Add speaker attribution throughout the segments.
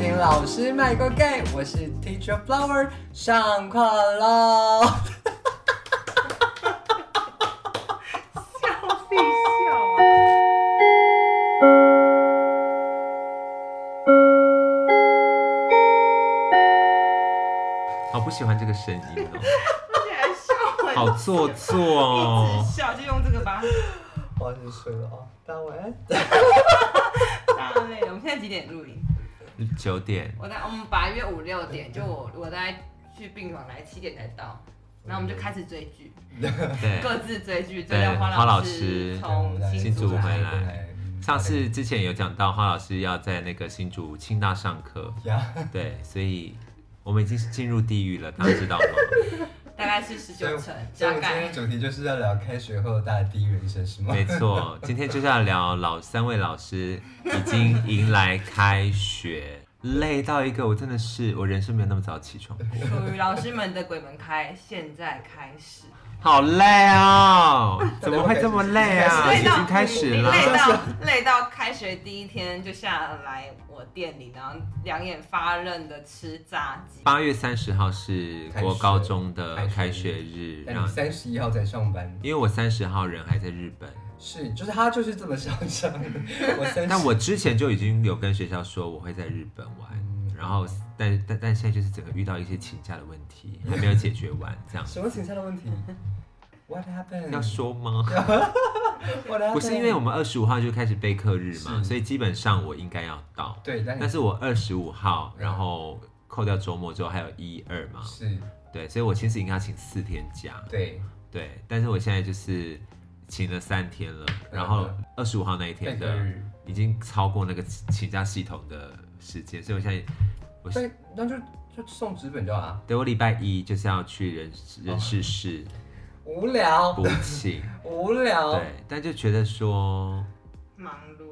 Speaker 1: 您老师麦锅盖，我是 Teacher Flower，上课喽！
Speaker 2: 笑啊自己笑
Speaker 3: 好哦不喜欢这个声音哦，
Speaker 2: 啊，而且还笑很
Speaker 3: 好做作哦
Speaker 2: 一直。笑就用这个吧，
Speaker 1: 我要去睡了哦，大家晚安。
Speaker 2: 大家累了。我们现在几点录音？
Speaker 3: 九点，
Speaker 2: 我在我们八月五六点，就我我大概去病房来七点才到，然后我们就开始追剧，
Speaker 3: 对，
Speaker 2: 各自追剧，追
Speaker 3: 对
Speaker 2: 到花
Speaker 3: 花老
Speaker 2: 师
Speaker 3: 师
Speaker 2: 从新
Speaker 3: 新
Speaker 2: 竹
Speaker 3: 竹
Speaker 2: 来。
Speaker 3: 回来。上次之前有讲到花老师要在那个新竹清大上课，
Speaker 1: 呀，
Speaker 3: 对，所以我们已经是进入地狱了，大家知道吗？
Speaker 2: 大概是十
Speaker 1: 所以
Speaker 2: 九
Speaker 1: 我
Speaker 2: 层，
Speaker 1: 所以
Speaker 2: 大
Speaker 1: 我今
Speaker 2: 概
Speaker 1: 天的主题就是要聊开学后大家第一人生是吗？
Speaker 3: 没错，今天就是要聊老三位老师已经迎来开学，累到一个我真的是我人生没有那么早起床过，
Speaker 2: 属于老师们的鬼门开，现在开始。
Speaker 3: 好累 哦，怎么会这么累啊？
Speaker 2: 累
Speaker 3: 已
Speaker 2: 到
Speaker 3: 经开始了，
Speaker 1: 啊
Speaker 2: 累到累到开学第一天就下来我店里，然后两眼发愣的吃炸鸡。
Speaker 3: 八月三十号是国高中的
Speaker 1: 开
Speaker 3: 开
Speaker 1: 学
Speaker 3: 学日，
Speaker 1: 那哎
Speaker 3: 然
Speaker 1: 你
Speaker 3: 后
Speaker 1: 三十一号才上班，
Speaker 3: 因为我三十号人还在日本，
Speaker 1: 是，就是他就是这么上上的。 我三
Speaker 3: 但
Speaker 1: 十，
Speaker 3: 我之前就已经有跟学校说我会在日本玩，然后但但但现在就是整个遇到一些请假的问 题，还没有解决完，这样
Speaker 1: 什么请假的问题？What
Speaker 3: 要
Speaker 1: happened？
Speaker 3: 说 吗？
Speaker 1: What happened？
Speaker 3: 不是因为我们二十五号就开始备课日嘛，
Speaker 1: 是
Speaker 3: 所以基本上我应该要到，
Speaker 1: 对，但
Speaker 3: 但是我二十五号，然后扣掉周末之后还有一二嘛，
Speaker 1: 是
Speaker 3: 对，所以我其实应该要请四天假，
Speaker 1: 对
Speaker 3: 对，但是我现在就是请了三天了，然后二十五号那一天
Speaker 1: 备课
Speaker 3: 的
Speaker 1: 嗯哎日。
Speaker 3: 已经超过那个请假系统的时间，所以我现在我是
Speaker 1: 对，那就就送纸本就好啊。
Speaker 3: 对我礼拜一就是要去人
Speaker 1: 哦
Speaker 3: 人事室
Speaker 1: 无聊，
Speaker 3: 补 请，
Speaker 1: 无聊。
Speaker 3: 对，但就觉得说
Speaker 2: 忙碌，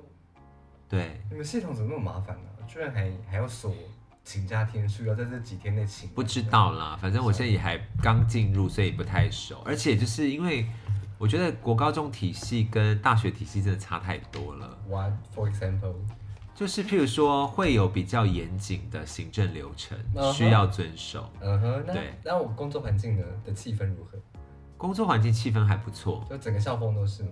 Speaker 3: 对。
Speaker 1: 你们系统怎么那么麻烦呢、居然还还要锁请假天数，要在这几天内请？
Speaker 3: 不知道啦，反正我现在也还刚进入，所以不太熟。而且就是因为我觉得国高中体系跟大学体系真的差太多了。
Speaker 1: What for example？
Speaker 3: 就是譬如说，会有比较严谨的行政流程
Speaker 1: 嗯哼
Speaker 3: 需要遵守。
Speaker 1: 嗯哼，那
Speaker 3: 对
Speaker 1: 那我工作环境呢的气氛如何？
Speaker 3: 工作环境气氛还不错，
Speaker 1: 就整个校风都是吗？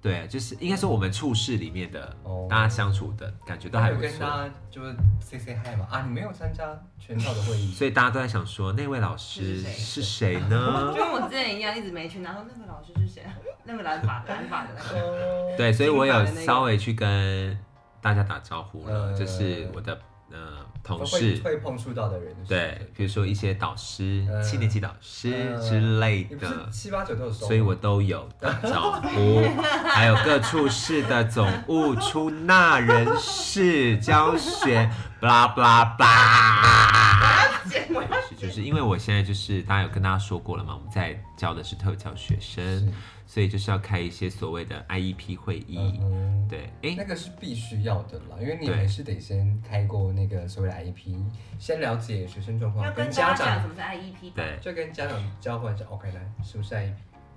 Speaker 3: 对，就是应该说我们处室里面的、
Speaker 1: 嗯哦
Speaker 3: 大家相处的感觉都还
Speaker 1: 有
Speaker 3: 不
Speaker 1: 跟
Speaker 3: 错，
Speaker 1: 大家就是 say say hi 嘛啊，你没有参加全校的会议，
Speaker 3: 所以大家都在想说那位老师
Speaker 2: 是
Speaker 3: 是谁呢
Speaker 2: 就？跟我之前一样，一直没去。然后那个老师是谁？啊那个染发染发的那个，
Speaker 1: 哦
Speaker 3: 对，所以我有
Speaker 2: 新来的那个
Speaker 3: 稍微去跟大家打招呼了，
Speaker 1: 呃
Speaker 3: 就是我的呃同
Speaker 1: 都
Speaker 3: 事
Speaker 1: 会，会碰触到的人，就是
Speaker 3: 对，比如说一些导师、
Speaker 1: 呃
Speaker 3: 七年级导师
Speaker 1: 呃
Speaker 3: 之类
Speaker 1: 你不
Speaker 3: 的。
Speaker 1: 是七八九都有收吗，
Speaker 3: 所以我都有打 招呼，还有各处室的总务、出纳人事、教学， 巴拉巴拉巴拉。
Speaker 2: 姐我要
Speaker 3: 是就是因为我现在就是大家有跟大家说过了嘛，我们在教的是特教学生，所以就是要开一些所谓的 IEP 会议。
Speaker 1: 嗯
Speaker 3: 对，哎、
Speaker 1: 那个是必须要的啦，因为你
Speaker 3: 对
Speaker 1: 还是得先开过那个所谓的 IEP，先了解学生状
Speaker 2: 要
Speaker 1: 况，
Speaker 2: 跟
Speaker 1: 家
Speaker 2: 大家讲
Speaker 1: 长
Speaker 2: 什么是 E IEP 吧。
Speaker 3: 对，
Speaker 1: 就跟家长交换一下，OK 来，是不 E 是 IEP？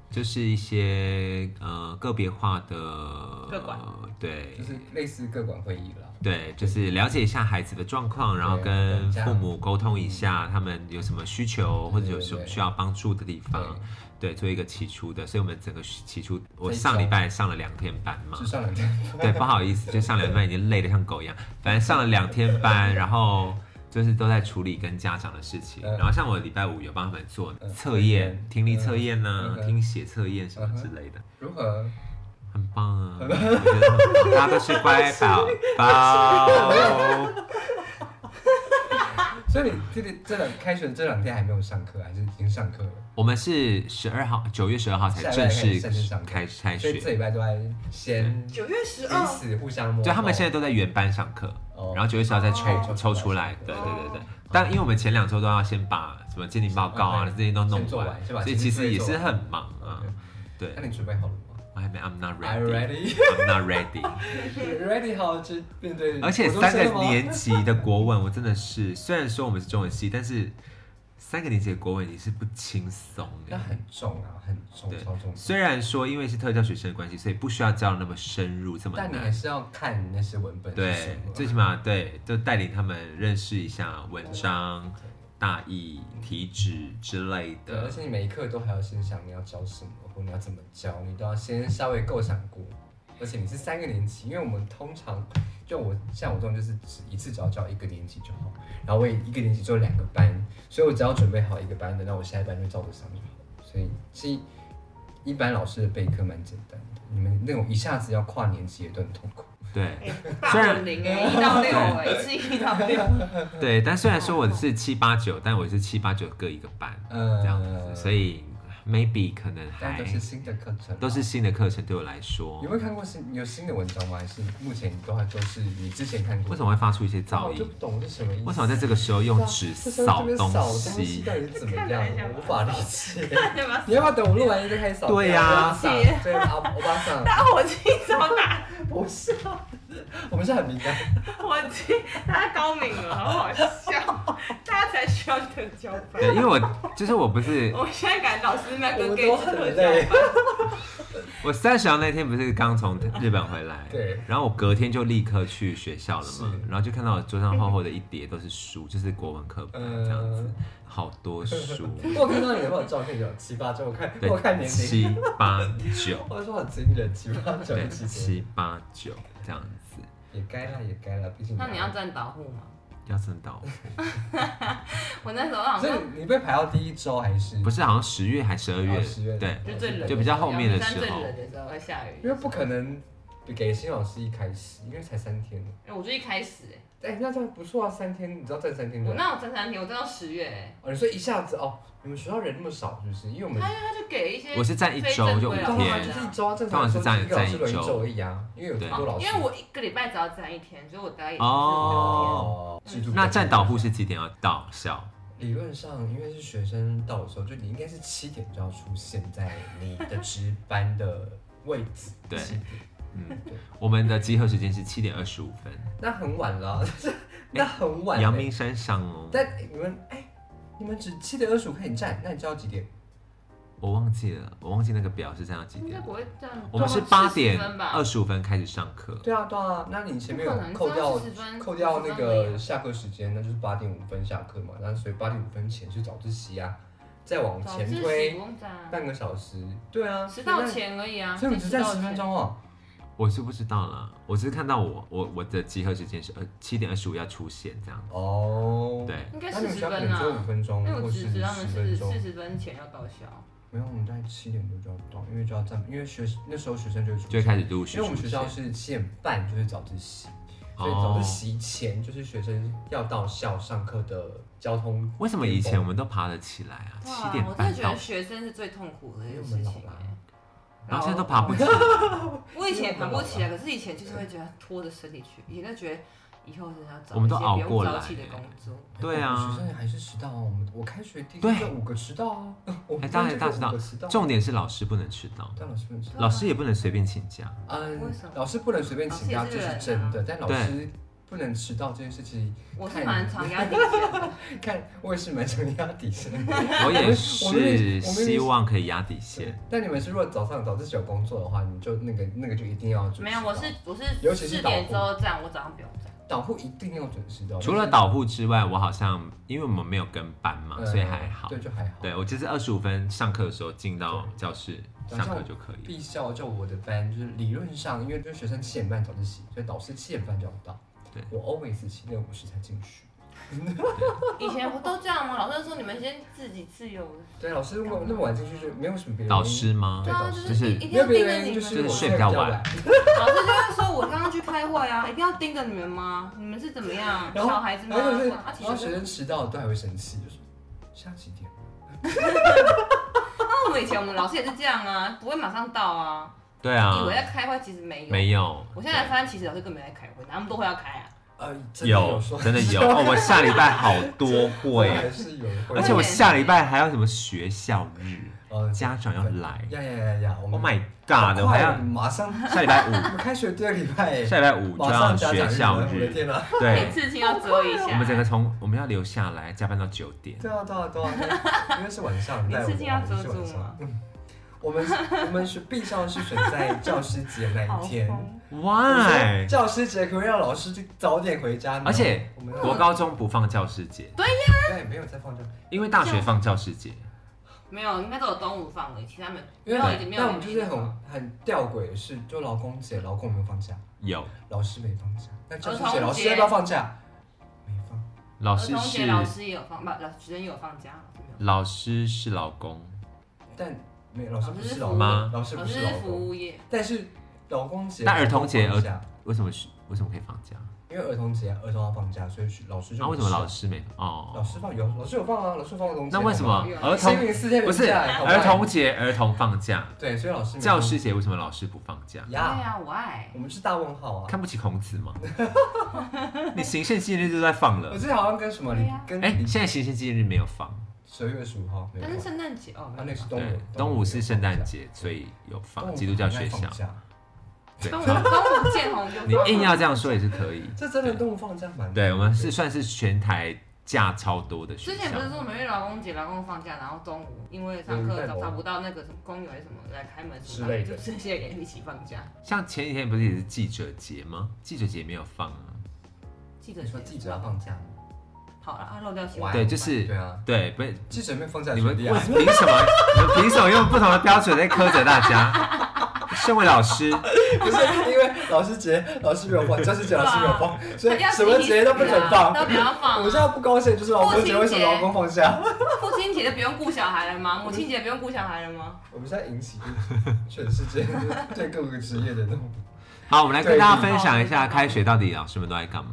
Speaker 3: 就是一些呃个别化的
Speaker 2: 各管
Speaker 3: 对
Speaker 1: 就是类似各管会议啦。
Speaker 3: 对，就是了解一下孩子的状况，然后跟父母沟通一下，他们有什么需求或者有什么需要帮助的地方，对，做一个起初的。所以我们整个起初，我上礼拜上了两天班嘛
Speaker 1: 就，上两天，
Speaker 3: 对，不好意思，就上两天班已经累得像狗一样，反正上了两天班，然后。就是都在处理跟家长的事情，
Speaker 1: 嗯
Speaker 3: 然后像我礼拜五有帮他们做
Speaker 1: 嗯
Speaker 3: 测验，听力测验
Speaker 1: 嗯
Speaker 3: 呢、
Speaker 1: 嗯
Speaker 3: 听写测验什么之类的，
Speaker 1: 如何？
Speaker 3: 很 棒啊！我觉得很棒大家都是乖宝宝。
Speaker 1: 哦所以你这里这两开学这两天还没有上课，还是已经上课了？
Speaker 3: 我们是十二号，九月十二号才正
Speaker 1: 下礼
Speaker 3: 式
Speaker 1: 拜开始正式上课
Speaker 3: 开开
Speaker 1: 所以这
Speaker 3: 学，嗯
Speaker 1: 礼拜都在先
Speaker 2: 九月十
Speaker 1: 彼此互相摸。
Speaker 3: 就他们现在都在原班上课，
Speaker 1: 哦
Speaker 3: 然后九月十号再抽
Speaker 1: 哦
Speaker 3: 抽出来。对
Speaker 2: 哦
Speaker 3: 对对对。但因为我们前两周都要先把什么鉴定报告啊
Speaker 1: 嗯
Speaker 3: 这些都弄
Speaker 1: 先做完先把
Speaker 3: 所以
Speaker 1: 前
Speaker 3: 其
Speaker 1: 置作
Speaker 3: 实
Speaker 1: 业
Speaker 3: 也
Speaker 1: 做完
Speaker 3: 是很忙啊。对
Speaker 1: 那，你准备好了吗
Speaker 3: 我还没，I'm not
Speaker 1: ？Are you ready?
Speaker 3: ready。I'm not ready，
Speaker 1: You ready 好去面对。
Speaker 3: 而且三个年级的国文，我真的是虽然说我们是中文系，但是三个年级的国文你是不轻松
Speaker 1: 那
Speaker 3: 的。
Speaker 1: 很重啊，很重，
Speaker 3: 对
Speaker 1: 超重。
Speaker 3: 虽然说因为是特教学生的关系，所以不需要教得那么深入，这么
Speaker 1: 但你还
Speaker 3: 难。
Speaker 1: 是要看那些文本是什
Speaker 3: 对
Speaker 1: 么，
Speaker 3: 最起码对，就带领他们认识一下文章、大意、体旨之类
Speaker 1: 对，而
Speaker 3: 的。
Speaker 1: 且你每一课都还要先想你要教什么，或你要怎么教，你都要先稍微构想过。而且你是三个年级，因为我们通常就我像我这种就是只一次只要教一个年级就好，然后我也一个年级只有两个班，所以我只要准备好一个班的，那我下一班就照着上就好了。所以其实一般老师的备课蛮简单的，你们那种一下子要跨年级也都很痛苦。
Speaker 3: 对
Speaker 2: 霸
Speaker 3: 虽然
Speaker 2: 凌零哎，一到六哎，一次一到六，
Speaker 3: 对，但虽然说我是七八九，但我是七八九各一个班
Speaker 1: 呃
Speaker 3: 这样子，所以 maybe 可能
Speaker 1: 但
Speaker 3: 还
Speaker 1: 都是新的课程，啊
Speaker 3: 都是新的课程对我来说
Speaker 1: 有。没有看过新有新的文章吗？还是目前都还都是你之前看过？
Speaker 3: 为什么会发出一些噪
Speaker 1: 我哦就啊
Speaker 3: 音
Speaker 1: 不？懂是什么意思。
Speaker 3: 为什么在这个时候用纸扫
Speaker 1: 这边
Speaker 3: 东
Speaker 1: 扫东西
Speaker 3: 西？
Speaker 1: 到底是怎么样？我无法理解。
Speaker 2: 对吧？
Speaker 1: 你要不要等我录完音再开始扫？
Speaker 3: 对呀
Speaker 1: 我要扫对啊，欧巴桑，
Speaker 2: 打火机怎么打？
Speaker 1: 不是啊，我们现在很敏感。
Speaker 2: 火机太高明了，好好笑，大家才需要特教班。
Speaker 3: 对，因为我就是我不是
Speaker 2: 我现在感觉老师们
Speaker 1: 我
Speaker 2: 跟
Speaker 1: 们
Speaker 2: gay
Speaker 1: 都
Speaker 2: 是
Speaker 1: 很
Speaker 2: 特
Speaker 1: 累
Speaker 2: 教
Speaker 3: 啊
Speaker 2: 班，
Speaker 3: 我三十号那天不是刚从日本回来，
Speaker 1: 对
Speaker 3: 然后我隔天就立刻去学校了嘛
Speaker 1: 是，
Speaker 3: 然后就看到我桌上厚厚的一叠都是书，就是国文课本啊
Speaker 1: 嗯
Speaker 3: 这样子，好 多书，
Speaker 1: 我看到你的朋友照片有七八九，我看
Speaker 3: 对
Speaker 1: 我看，年龄，
Speaker 3: 七八九，
Speaker 1: 我说好惊人，七八九
Speaker 3: 对，
Speaker 1: 几岁
Speaker 3: 七八九这样子，
Speaker 1: 也该啦，也该啦，毕竟
Speaker 2: 那你要站导护吗？
Speaker 3: 要真到
Speaker 2: 我那时候好
Speaker 1: 所以
Speaker 2: 像
Speaker 1: 你被排到第一周还是
Speaker 3: 不？是好像十月还十二
Speaker 1: 哦
Speaker 3: 月
Speaker 1: 十月，
Speaker 3: 对，
Speaker 2: 就最冷的时候，
Speaker 3: 就比较后面的时
Speaker 2: 阳
Speaker 3: 候
Speaker 2: 明山最冷的时候会下雨，
Speaker 1: 因为不可能给新老师一开始，因为才三天。
Speaker 2: 因为我就一开始哎，
Speaker 1: 哎、那这样不错啊，三天，你知道站三天就
Speaker 2: 我那我站三天，我站到十月哎，
Speaker 1: 哦，你说一下子哦，你们学校人那么少是不是？因为我们
Speaker 2: 他他就给一些
Speaker 3: 我是站一周就五
Speaker 2: 非
Speaker 1: 刚好
Speaker 2: 正规老
Speaker 1: 啊
Speaker 2: 师
Speaker 1: 就是一
Speaker 2: 啊
Speaker 1: 周啊，正常
Speaker 3: 当然
Speaker 1: 来
Speaker 3: 是
Speaker 1: 说
Speaker 3: 站
Speaker 1: 一个老师轮
Speaker 3: 站一
Speaker 1: 一
Speaker 3: 周
Speaker 1: 周而已啊，因为有这
Speaker 3: 对
Speaker 1: 么多老
Speaker 2: 哦
Speaker 1: 师。
Speaker 2: 因为我一个礼拜只要站一天，所以我大概也就是六
Speaker 1: 哦，
Speaker 2: 嗯
Speaker 1: 记住
Speaker 3: 那站导护是几点要到校？，
Speaker 1: 理论上，因为是学生到的时候，就你应该是七点就要出现在你的值班的位置
Speaker 3: 对
Speaker 1: 七点
Speaker 3: 嗯
Speaker 1: 对，
Speaker 3: 我们的集合时间是七点二十五分，
Speaker 1: 那很晚了啊， 那很晚、欸。
Speaker 3: 阳哎明山上哦，
Speaker 1: 但你们哎、你们只七点二十五开始站，那你知道几点？
Speaker 3: 我忘记了，我忘记那个表是站到几
Speaker 2: 天，应该
Speaker 3: 点。
Speaker 2: 不会站。
Speaker 3: 我们是八点
Speaker 2: 40分吧
Speaker 3: 二十五分开始上课，
Speaker 1: 对啊，对啊，那你前面有
Speaker 2: 不可能
Speaker 1: 扣掉
Speaker 2: 这样40分
Speaker 1: 扣掉那
Speaker 2: 40分而已
Speaker 1: 个
Speaker 2: 啊
Speaker 1: 下课时间，那就是八点五分下课嘛。那所以八点五分前是早自习啊，再往
Speaker 2: 早
Speaker 1: 前
Speaker 2: 自习不
Speaker 1: 推
Speaker 2: 用站啊，
Speaker 1: 半个小时。对啊，
Speaker 2: 迟到前而已啊，
Speaker 1: 所以那，所以你只
Speaker 2: 迟
Speaker 1: 站
Speaker 2: 到
Speaker 1: 十
Speaker 2: 前
Speaker 1: 分。钟哦。
Speaker 3: 我是不知道啦，我只是看到我我我的集合时间是呃七点二十五要出现这样，
Speaker 1: 哦，，
Speaker 3: 对，
Speaker 2: 应该
Speaker 1: 那你们
Speaker 2: 四
Speaker 1: 学
Speaker 2: 十
Speaker 1: 校可
Speaker 2: 分
Speaker 1: 能只有五
Speaker 2: 啊，
Speaker 1: 分
Speaker 2: 因
Speaker 1: 钟
Speaker 2: 为我
Speaker 1: 或
Speaker 2: 只
Speaker 1: 是
Speaker 2: 知
Speaker 1: 十
Speaker 2: 道他们四
Speaker 1: 分
Speaker 2: 十
Speaker 1: 钟
Speaker 2: 四，十分前要到校，
Speaker 1: 没有，我们大概七点多就要到，因为就要站，因为学那时候学生就会出
Speaker 3: 就会开始陆续
Speaker 1: 因为我们
Speaker 3: 出
Speaker 1: 学
Speaker 3: 现
Speaker 1: 校。是七点半就是早自习，所以
Speaker 3: 哦
Speaker 1: 早自习前就是学生要到校上课的交通。
Speaker 3: 为什么以前我们都爬得起来啊？
Speaker 2: 哇
Speaker 3: 七点
Speaker 2: 我真
Speaker 3: 半
Speaker 2: 的觉
Speaker 3: 到
Speaker 2: 得，学生是最痛苦的一
Speaker 1: 因为
Speaker 2: 个
Speaker 1: 我
Speaker 2: 事
Speaker 1: 们老
Speaker 2: 情
Speaker 1: 啦
Speaker 2: 哎。
Speaker 3: 然后现在都爬不起来。
Speaker 2: 我以前也爬不起来，可是以
Speaker 1: 啊
Speaker 2: 前就是会觉得拖着身体去，以前就觉得以后是要找
Speaker 3: 我们都
Speaker 2: 一些
Speaker 3: 熬
Speaker 2: 不用
Speaker 3: 过
Speaker 2: 早
Speaker 3: 来
Speaker 2: 起的
Speaker 3: 欸
Speaker 2: 工作。
Speaker 3: 对
Speaker 1: 我们哎学
Speaker 3: 啊，
Speaker 1: 生还是迟到啊！我们我开学第一
Speaker 3: 对
Speaker 1: 天就五个迟到啊， 我
Speaker 3: 哎
Speaker 1: 们
Speaker 3: 当然
Speaker 1: 班就
Speaker 3: 大迟到
Speaker 1: 五个迟到，
Speaker 3: 重点是老师不能迟到，
Speaker 1: 但老师不能迟到。
Speaker 3: 老师也不能随便 请假。
Speaker 2: 为
Speaker 1: 嗯
Speaker 2: 什么，
Speaker 1: 老师不能随便请假，
Speaker 2: 老
Speaker 1: 这
Speaker 2: 师也是
Speaker 1: 是
Speaker 2: 人
Speaker 1: 真
Speaker 2: 啊
Speaker 1: 的。但老师不能迟到这件事情，
Speaker 2: 我
Speaker 1: 看
Speaker 2: 是
Speaker 1: 你
Speaker 2: 蛮常给他底线的，
Speaker 1: 看我也是蛮想压底 线的。
Speaker 3: 我也
Speaker 1: 我们也
Speaker 3: 是
Speaker 1: 是
Speaker 3: 希望可以压底线。
Speaker 1: 但你们是如果早上早自习有工作的话，你就那个那个就一定要准时到。
Speaker 2: 没有，我是我
Speaker 1: 尤
Speaker 2: 是
Speaker 1: 其是
Speaker 2: 四
Speaker 1: 导
Speaker 2: 点
Speaker 1: 护
Speaker 2: 之后站，我早上不用站。
Speaker 1: 导护一定要准时到，
Speaker 3: 除了导护之外，我好像因为我们没有跟班嘛，
Speaker 1: 呃
Speaker 3: 所以还好。
Speaker 1: 对，就还好。
Speaker 3: 对，我就是二十五分上课的时候进到教室
Speaker 1: 对
Speaker 3: 上课就可以。
Speaker 1: 必校就我的班，就是理论上，因为就是学生七点半早自习，所以导师七点半就要到。
Speaker 3: 对
Speaker 1: 我 always 七点五十才进去。
Speaker 2: 以前不都这样吗？老师说你们先自己自由。
Speaker 1: 对，老师如果那么晚进去就没有什么
Speaker 2: 嗯
Speaker 1: 别的原因。
Speaker 3: 老师吗？
Speaker 1: 对
Speaker 2: 啊，
Speaker 1: 导
Speaker 2: 就是
Speaker 1: 师
Speaker 3: 就是
Speaker 2: 一一定
Speaker 1: 没有
Speaker 2: 要
Speaker 1: 别
Speaker 2: 盯
Speaker 1: 的
Speaker 2: 着
Speaker 1: 原因就
Speaker 2: 你们
Speaker 1: 是我
Speaker 2: 嗯吗
Speaker 3: 就是
Speaker 1: 睡
Speaker 3: 睡比较晚
Speaker 1: 晚，
Speaker 2: 老师就会说，我刚刚去开会啊，一定要盯着你们吗？你们是怎么样？
Speaker 1: 然后
Speaker 2: 小孩子吗？
Speaker 1: 然后就是
Speaker 2: 啊，
Speaker 1: 然
Speaker 2: 其
Speaker 1: 后
Speaker 2: 实
Speaker 1: 学生迟到都还会生气，就说下几点？
Speaker 2: 那我们以前我们老师也是这样啊，不会马上到啊，
Speaker 3: 对啊
Speaker 2: 以，为在开会，其实没有。
Speaker 3: 没有。
Speaker 2: 我现在发现，其实老师根本没在开会，哪那么多会要开啊？
Speaker 1: 呃，
Speaker 3: 对
Speaker 1: 真的
Speaker 3: 有
Speaker 1: 说
Speaker 3: 真的 有哦，我下礼拜好多会，
Speaker 1: 还是有会，
Speaker 3: 而且我下礼拜还有什么学校日，
Speaker 1: 呃
Speaker 3: 家长要来
Speaker 1: 呀呀呀呀我们
Speaker 3: ，Oh my God！我还
Speaker 1: 快
Speaker 3: 要
Speaker 1: 啊马上，
Speaker 3: 下 礼拜
Speaker 1: 我
Speaker 3: 五，
Speaker 1: 们开学第二个礼拜耶，
Speaker 3: 下礼拜五就
Speaker 1: 马
Speaker 3: 要
Speaker 1: 上家
Speaker 3: 学
Speaker 1: 长
Speaker 3: 校
Speaker 1: 日，我的
Speaker 3: 日，
Speaker 1: 天啊哪！
Speaker 3: 对
Speaker 2: 每，次情要遮一下。
Speaker 3: 我们整个从我们要留下来加班到九点，
Speaker 1: 对啊对啊对啊， 因为因为是晚上，
Speaker 2: 你
Speaker 1: 但我
Speaker 2: 是
Speaker 1: 们
Speaker 2: 这样遮
Speaker 1: 是晚
Speaker 2: 住
Speaker 1: 上嗯
Speaker 2: 吗。？
Speaker 1: 我们我们是必校是选在教师节那
Speaker 2: 好
Speaker 1: 一天，
Speaker 2: 疯
Speaker 3: 哎
Speaker 1: 我说
Speaker 3: Why？
Speaker 1: 教师节可不可以让老师就早点回家呢？
Speaker 3: 而且
Speaker 1: 我们
Speaker 3: 国高中不放教师节，
Speaker 1: 对没有在放假，
Speaker 3: 因为大学放教师节。
Speaker 2: 没有，应该都有东吴放而已，其他没
Speaker 1: 因为
Speaker 2: 没有已经
Speaker 1: 很
Speaker 2: 没有
Speaker 1: 那我们
Speaker 2: 东
Speaker 1: 就
Speaker 2: 吴
Speaker 1: 是
Speaker 2: 放
Speaker 1: 很很吊诡的是，就劳工节劳工有没有放假，
Speaker 3: 有
Speaker 1: 老师没放假，那教师
Speaker 2: 儿
Speaker 1: 节
Speaker 2: 童哦节
Speaker 1: 老师要不要放假？没放，
Speaker 3: 老
Speaker 2: 儿
Speaker 3: 师
Speaker 2: 童节
Speaker 3: 是
Speaker 2: 老师也有放，不，老学生也有放假，老师没有
Speaker 3: 老师是老公，
Speaker 1: 但没有老师不是老
Speaker 3: 老师是服务吗
Speaker 1: 老师
Speaker 2: 老
Speaker 1: 不
Speaker 2: 师
Speaker 1: 是
Speaker 2: 是
Speaker 1: 劳工，
Speaker 2: 服务业，
Speaker 1: 但是劳工节
Speaker 3: 那儿童节呃
Speaker 1: 劳工放假，
Speaker 3: 为什么是为什么可以放假？
Speaker 1: 因为儿童节儿童要放假，所以老师就
Speaker 3: 那为什么老
Speaker 1: 师
Speaker 3: 师没
Speaker 1: 老
Speaker 3: 哦？
Speaker 1: 师放有老师有放啊，老师有放儿童节
Speaker 3: 那为什么
Speaker 1: 好
Speaker 2: 有
Speaker 1: 不好
Speaker 3: 儿
Speaker 1: 清
Speaker 3: 童
Speaker 1: 明四天
Speaker 3: 不
Speaker 1: 连
Speaker 3: 是
Speaker 1: 假好不好
Speaker 3: 儿童节儿童放假？
Speaker 1: 对，所以老师没
Speaker 3: 教师节为什么老师不放假？
Speaker 2: 对
Speaker 1: 呀，
Speaker 2: 啊，why？
Speaker 1: 我们是大问号啊。
Speaker 3: 看不起孔子 吗？你行宪纪念日就在放
Speaker 1: 我
Speaker 3: 了，
Speaker 1: 之前好像跟什么
Speaker 2: 对呀，
Speaker 1: 跟
Speaker 3: 嗯哎，现在行宪纪念日没有放，
Speaker 1: 十二月十五号没有
Speaker 2: 但是
Speaker 1: 放，
Speaker 2: 圣诞节哦，
Speaker 1: 啊那是东
Speaker 3: 对
Speaker 1: 吴，，
Speaker 3: 东吴是圣诞
Speaker 1: 节。
Speaker 3: 节，所以有
Speaker 1: 中
Speaker 3: 放
Speaker 1: 午
Speaker 3: 基督教学
Speaker 1: 放
Speaker 3: 校。
Speaker 1: 假，
Speaker 3: 对
Speaker 2: 东，吴东吴建宏就
Speaker 3: 你
Speaker 2: 放
Speaker 3: 硬要这样说也是可以。
Speaker 1: 这真的动物放假蛮多的。
Speaker 3: 对，我们是算是全台价超多的学
Speaker 2: 之前
Speaker 3: 校
Speaker 2: 不。是说每月劳工节、劳工放假，然后中午因为上课找找不到那个什么公园什么来开门什么
Speaker 1: 之类的
Speaker 2: 就这些人一起放假。
Speaker 3: 像前几天不是也是记者节吗？记者节没有放啊。
Speaker 2: 记者
Speaker 1: 你说记者啊要放假吗？
Speaker 2: 好了，啊漏掉新闻。
Speaker 1: Why？
Speaker 3: 对，就是
Speaker 1: 对啊，
Speaker 3: 对，不是
Speaker 1: 记者没有放假，
Speaker 3: 你们
Speaker 1: 兄弟
Speaker 3: 为
Speaker 1: 啊
Speaker 3: 凭什么？你们凭什么用不同的标准在苛责大家？ 身为老师，
Speaker 1: 不是因为老师节，老师没有放，教师节老师没有放， 所以
Speaker 2: 要
Speaker 1: 什么节都不准放。
Speaker 2: 啊都不要 放
Speaker 1: 我现。在不高兴，就是老公节为什么老公放假？
Speaker 2: 父亲节就不用顾小孩了吗？母亲节不用顾小孩了 吗？
Speaker 1: 我们现在引起全世界对各个职业的那种。
Speaker 3: 好，我们来跟大家分享一下开学到底老师们都在干嘛。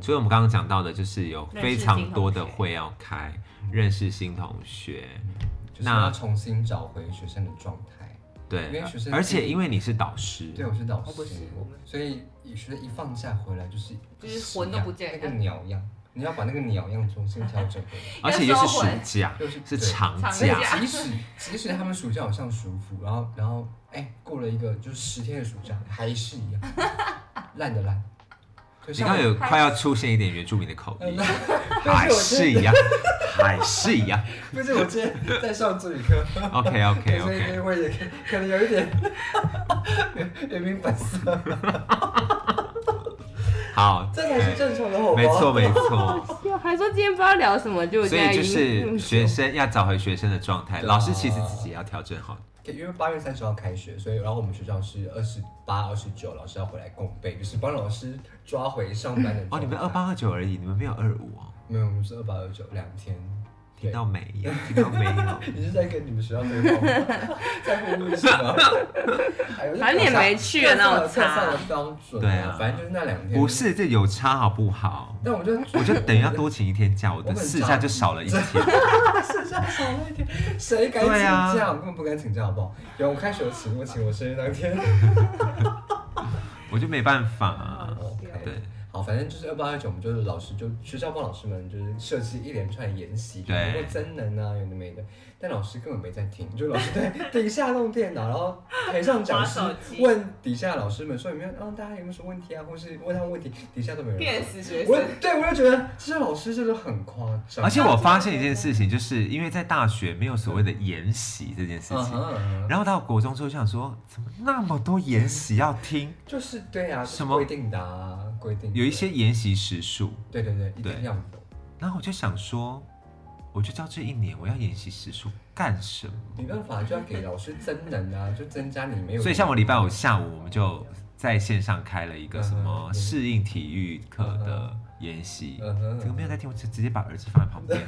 Speaker 3: 除了我们刚刚讲到的，就是有非常多的会要开，认识新同学，
Speaker 1: 就是要重新找回学生的状态。因
Speaker 3: 对
Speaker 1: 为学生，
Speaker 3: 而且因为你是导师，
Speaker 1: 对，我是导
Speaker 2: 哦不
Speaker 1: 师
Speaker 2: 是，
Speaker 1: 我所以学生一放假回来就是
Speaker 2: 就是魂都不见了
Speaker 1: 那个鸟样，你要把那个鸟样重新调整回来。
Speaker 3: 而且又是暑假，
Speaker 1: 又是
Speaker 3: 是
Speaker 1: 对
Speaker 3: 长
Speaker 1: 所以
Speaker 2: 长
Speaker 3: 假，
Speaker 2: 假
Speaker 1: 即使即使他们暑假好像舒服，然后然后哎、过了一个就是十天的暑假，还是一样烂的烂。对，
Speaker 3: 你
Speaker 1: 像我
Speaker 3: 看有快要出现一点原住民的口 音，还
Speaker 1: 但嗯是我
Speaker 3: 是一样，还是一 样。
Speaker 1: 不是我今天在上助理 课，
Speaker 3: OK OK
Speaker 1: 所以
Speaker 3: OK，
Speaker 1: 所以我也可能有一点 原名本色，
Speaker 3: 好，
Speaker 1: 这才是正常的好吗？
Speaker 3: 没错没错。
Speaker 2: 还说今天不知道聊什么，就
Speaker 3: 所以就是 学生要找回学生的状态，老师其实自己也要调整好。
Speaker 1: 对因为八月三十号开学，所以然后我们学校是二十八、二十九，老师要回来共备，就是帮老师抓回上班的状态。
Speaker 3: 哦，你们二八二九而已，你们没有二五哦，
Speaker 1: 没有，我们是二八二九两天。
Speaker 3: 听到没有？听到没有？
Speaker 1: 你是在跟你们学校对话吗？ 在呼吁是 吗？哎呦
Speaker 2: 反正你也没去
Speaker 1: 这
Speaker 2: 啊
Speaker 1: 课上
Speaker 2: 那我
Speaker 1: 课上
Speaker 2: 擦
Speaker 1: 的标准，
Speaker 3: 对啊
Speaker 1: 反正就是那两天。
Speaker 3: 不，是，这有差好不好？
Speaker 1: 但我就
Speaker 3: 我就等于要多请一天假，我的事假就少了一天。
Speaker 1: 剩下少了一天， 谁敢请
Speaker 3: 对啊
Speaker 1: 假？我根本不敢请假，好不好？有我开学有请，我请我生日当天。
Speaker 3: 啊我就没办法、啊。
Speaker 1: OK，
Speaker 3: 对，
Speaker 1: 好，反正就是二八二九，我们就是老师就学校帮老师们就是设计一连串研习，
Speaker 3: 对
Speaker 1: 包括增能啊，有的没的。但老师根本没在听， 就老师在底下弄电脑，然后台上讲师
Speaker 2: 划手机
Speaker 1: 问底下老师们说有没有，让、大家有没有什么问题啊，或是问他们问题，底下都没有人
Speaker 2: 电
Speaker 1: 回。
Speaker 2: 死学
Speaker 1: 我
Speaker 2: 生。
Speaker 1: 对我就觉得这些老师真的很夸张，
Speaker 3: 而且我发现一件事情，就是因为在大学没有所谓的研习这件事
Speaker 1: 嗯
Speaker 3: 情，
Speaker 1: 哼嗯哼
Speaker 3: 然后到国中之后就想说，怎么那么多研习要听？
Speaker 1: 就是对啊，
Speaker 3: 什么
Speaker 1: 这是规定的啊，规定的
Speaker 3: 有一些研习时数，
Speaker 1: 对对对，一
Speaker 3: 对
Speaker 1: 定要有。
Speaker 3: 然后我就想说，我就知道这一年我要研习时数干什么？
Speaker 1: 没办法，就要给老师增能啊，就增加你没有。
Speaker 3: 所以像我礼拜五下午，我们就在线上开了一个
Speaker 1: 嗯
Speaker 3: 什么适应体育课的研习。
Speaker 1: 嗯哼，
Speaker 3: 这个没有在听，我就直接把耳机放在旁 边，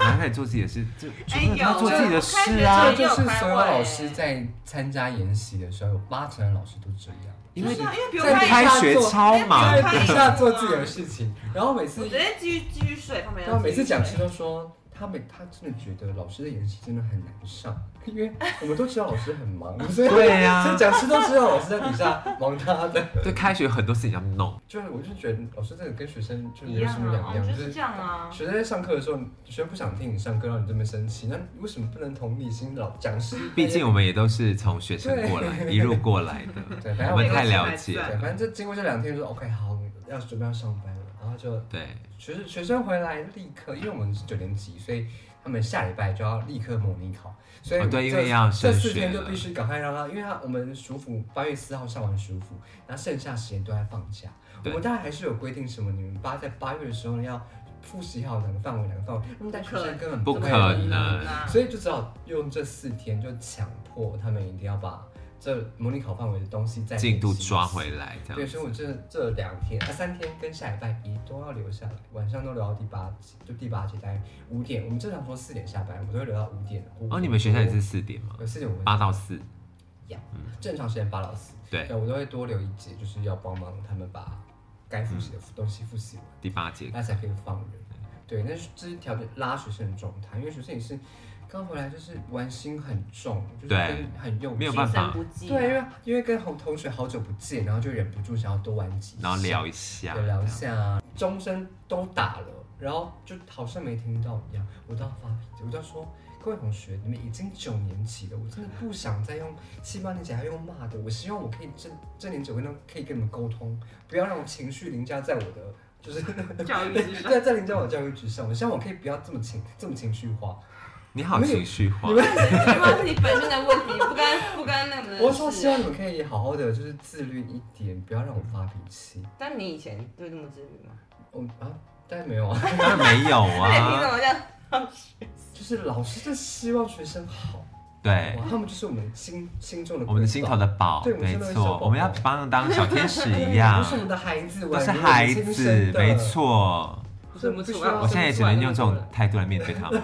Speaker 3: 然后开始做自己的事，就
Speaker 1: 哎
Speaker 3: 全部人都在做自己的事啊。
Speaker 1: 这就是所有老师在参加研习的时候，有八成的老师都这样，
Speaker 3: 因为
Speaker 2: 不是啊因为比如
Speaker 1: 在
Speaker 2: 开
Speaker 1: 开
Speaker 3: 开学超忙
Speaker 1: 在
Speaker 2: 对
Speaker 1: 底下做自己的事情，然后每
Speaker 2: 我
Speaker 1: 次
Speaker 2: 直，接继续继续睡，旁边。
Speaker 1: 然后每次讲师都说。他们他真的觉得老师的演习真的很难上，因为我们都知道老师很忙，所以
Speaker 3: 对呀
Speaker 1: 所以讲师都知道老师在底下忙他的，
Speaker 3: 对，开学有很多事情要弄，
Speaker 1: 就是我就觉得老师真的跟学生就没
Speaker 2: 一
Speaker 1: 有
Speaker 2: 样
Speaker 1: 什么
Speaker 2: 啊，
Speaker 1: 两
Speaker 2: 哦
Speaker 1: 样，
Speaker 2: 就
Speaker 1: 就是
Speaker 2: 这样啊。
Speaker 1: 学生在上课的时候，学生不想听你上课，让你这么生气，那为什么不能同理心老讲师？
Speaker 3: 毕竟我们也都是从学生过来一路过来
Speaker 1: 对
Speaker 3: 的，
Speaker 1: 反正
Speaker 3: 我们太了解
Speaker 2: 我
Speaker 1: 对，
Speaker 3: 了，
Speaker 1: 反正这经过这两天就说 OK 好，要准备要上班了，然后就
Speaker 3: 对，
Speaker 1: 学生学生回来立刻，因为我们是九年级，所以他们下礼拜就要立刻模拟考，所以、
Speaker 3: 哦对因为要
Speaker 1: 这
Speaker 3: 升
Speaker 1: 四
Speaker 3: 学
Speaker 1: 天就
Speaker 3: 了
Speaker 1: 必须赶快让他，因为他我们暑辅八月四号上完暑辅，然后剩下时间都在放假，我
Speaker 3: 对
Speaker 1: 们当然还是有规定什么，你们八在八月的时候要复习好哪个范围哪个范围，那么但学生根本
Speaker 3: 不
Speaker 1: 会
Speaker 3: 可
Speaker 1: 有
Speaker 3: 能
Speaker 2: 啊
Speaker 1: 所以就只好用这四天就强迫他们一定要把这模拟考范围的东西再
Speaker 3: 进度
Speaker 1: 练习一
Speaker 3: 抓
Speaker 1: 次
Speaker 3: 回来这
Speaker 1: 对，
Speaker 3: 样
Speaker 1: 所以。
Speaker 3: 子
Speaker 1: 我这这两天啊三天跟下礼拜一都要留下来，晚上都留到第八集，就第八集大概五点。我们正常说四点下班，我都会留到五点。
Speaker 3: 哦，你们学校也是四点吗？
Speaker 1: 有四点五
Speaker 3: 八到四，
Speaker 1: 正常时间八到四。
Speaker 3: 对，
Speaker 1: 我都会多留一节，就是要帮忙他们把该复
Speaker 3: 嗯
Speaker 1: 习的东西复习完，
Speaker 3: 第八节
Speaker 1: 那才可以放人。对，那是这是调整拉学生的状态，因为学生也是刚回来，就是玩心很重，就是
Speaker 3: 对
Speaker 1: 跟很幼稚，
Speaker 3: 没有
Speaker 2: 心
Speaker 3: 办
Speaker 2: 生
Speaker 3: 法
Speaker 2: 不羁
Speaker 1: 对，因
Speaker 2: 啊，
Speaker 1: 为因为跟同同学好久不见，然后就忍不住想要多玩几，
Speaker 3: 然后聊一下，
Speaker 1: 有聊一下啊，钟声都打了，然后就好像没听到一样，我都要发脾气，我就要说各位同学，你们已经九年级了，我真的不想再用七八年级还用骂的，我希望我可以这这年九跟可以跟你们沟通，不要让我情绪凌驾在我的。就是
Speaker 2: 教育之上
Speaker 1: 在在凌驾我的教育之上，我希望我可以不要这么情这么情绪化。
Speaker 3: 你好情绪化，
Speaker 2: 因为是你本身的问题，不干不干那个。
Speaker 1: 我说希望你们可以好好的，就是自律一点，不要让我发脾气。
Speaker 2: 但你以前就这么自律吗？
Speaker 1: 我啊，但是没有啊，
Speaker 3: 当然没有
Speaker 2: 那你凭什
Speaker 3: 啊，
Speaker 2: 么这样？
Speaker 1: 就是老师就希望学生好，
Speaker 3: 对，
Speaker 1: 哇，他们就是我们心心中的
Speaker 3: 哎我们的
Speaker 1: 瑰
Speaker 3: 心
Speaker 1: 宝
Speaker 3: 头的宝，
Speaker 1: 对我们
Speaker 3: 没
Speaker 1: 心头的小宝
Speaker 3: 错，
Speaker 1: 宝
Speaker 3: 我们要帮他们当小天使
Speaker 1: 对
Speaker 3: 一样
Speaker 1: 都是，我们的孩子，
Speaker 3: 都是
Speaker 1: 宛如我们
Speaker 3: 孩
Speaker 1: 亲
Speaker 3: 子
Speaker 1: 生，的
Speaker 3: 没，错。
Speaker 1: 就是我们必须要
Speaker 3: 我现在也只能用这种态度来面对他们，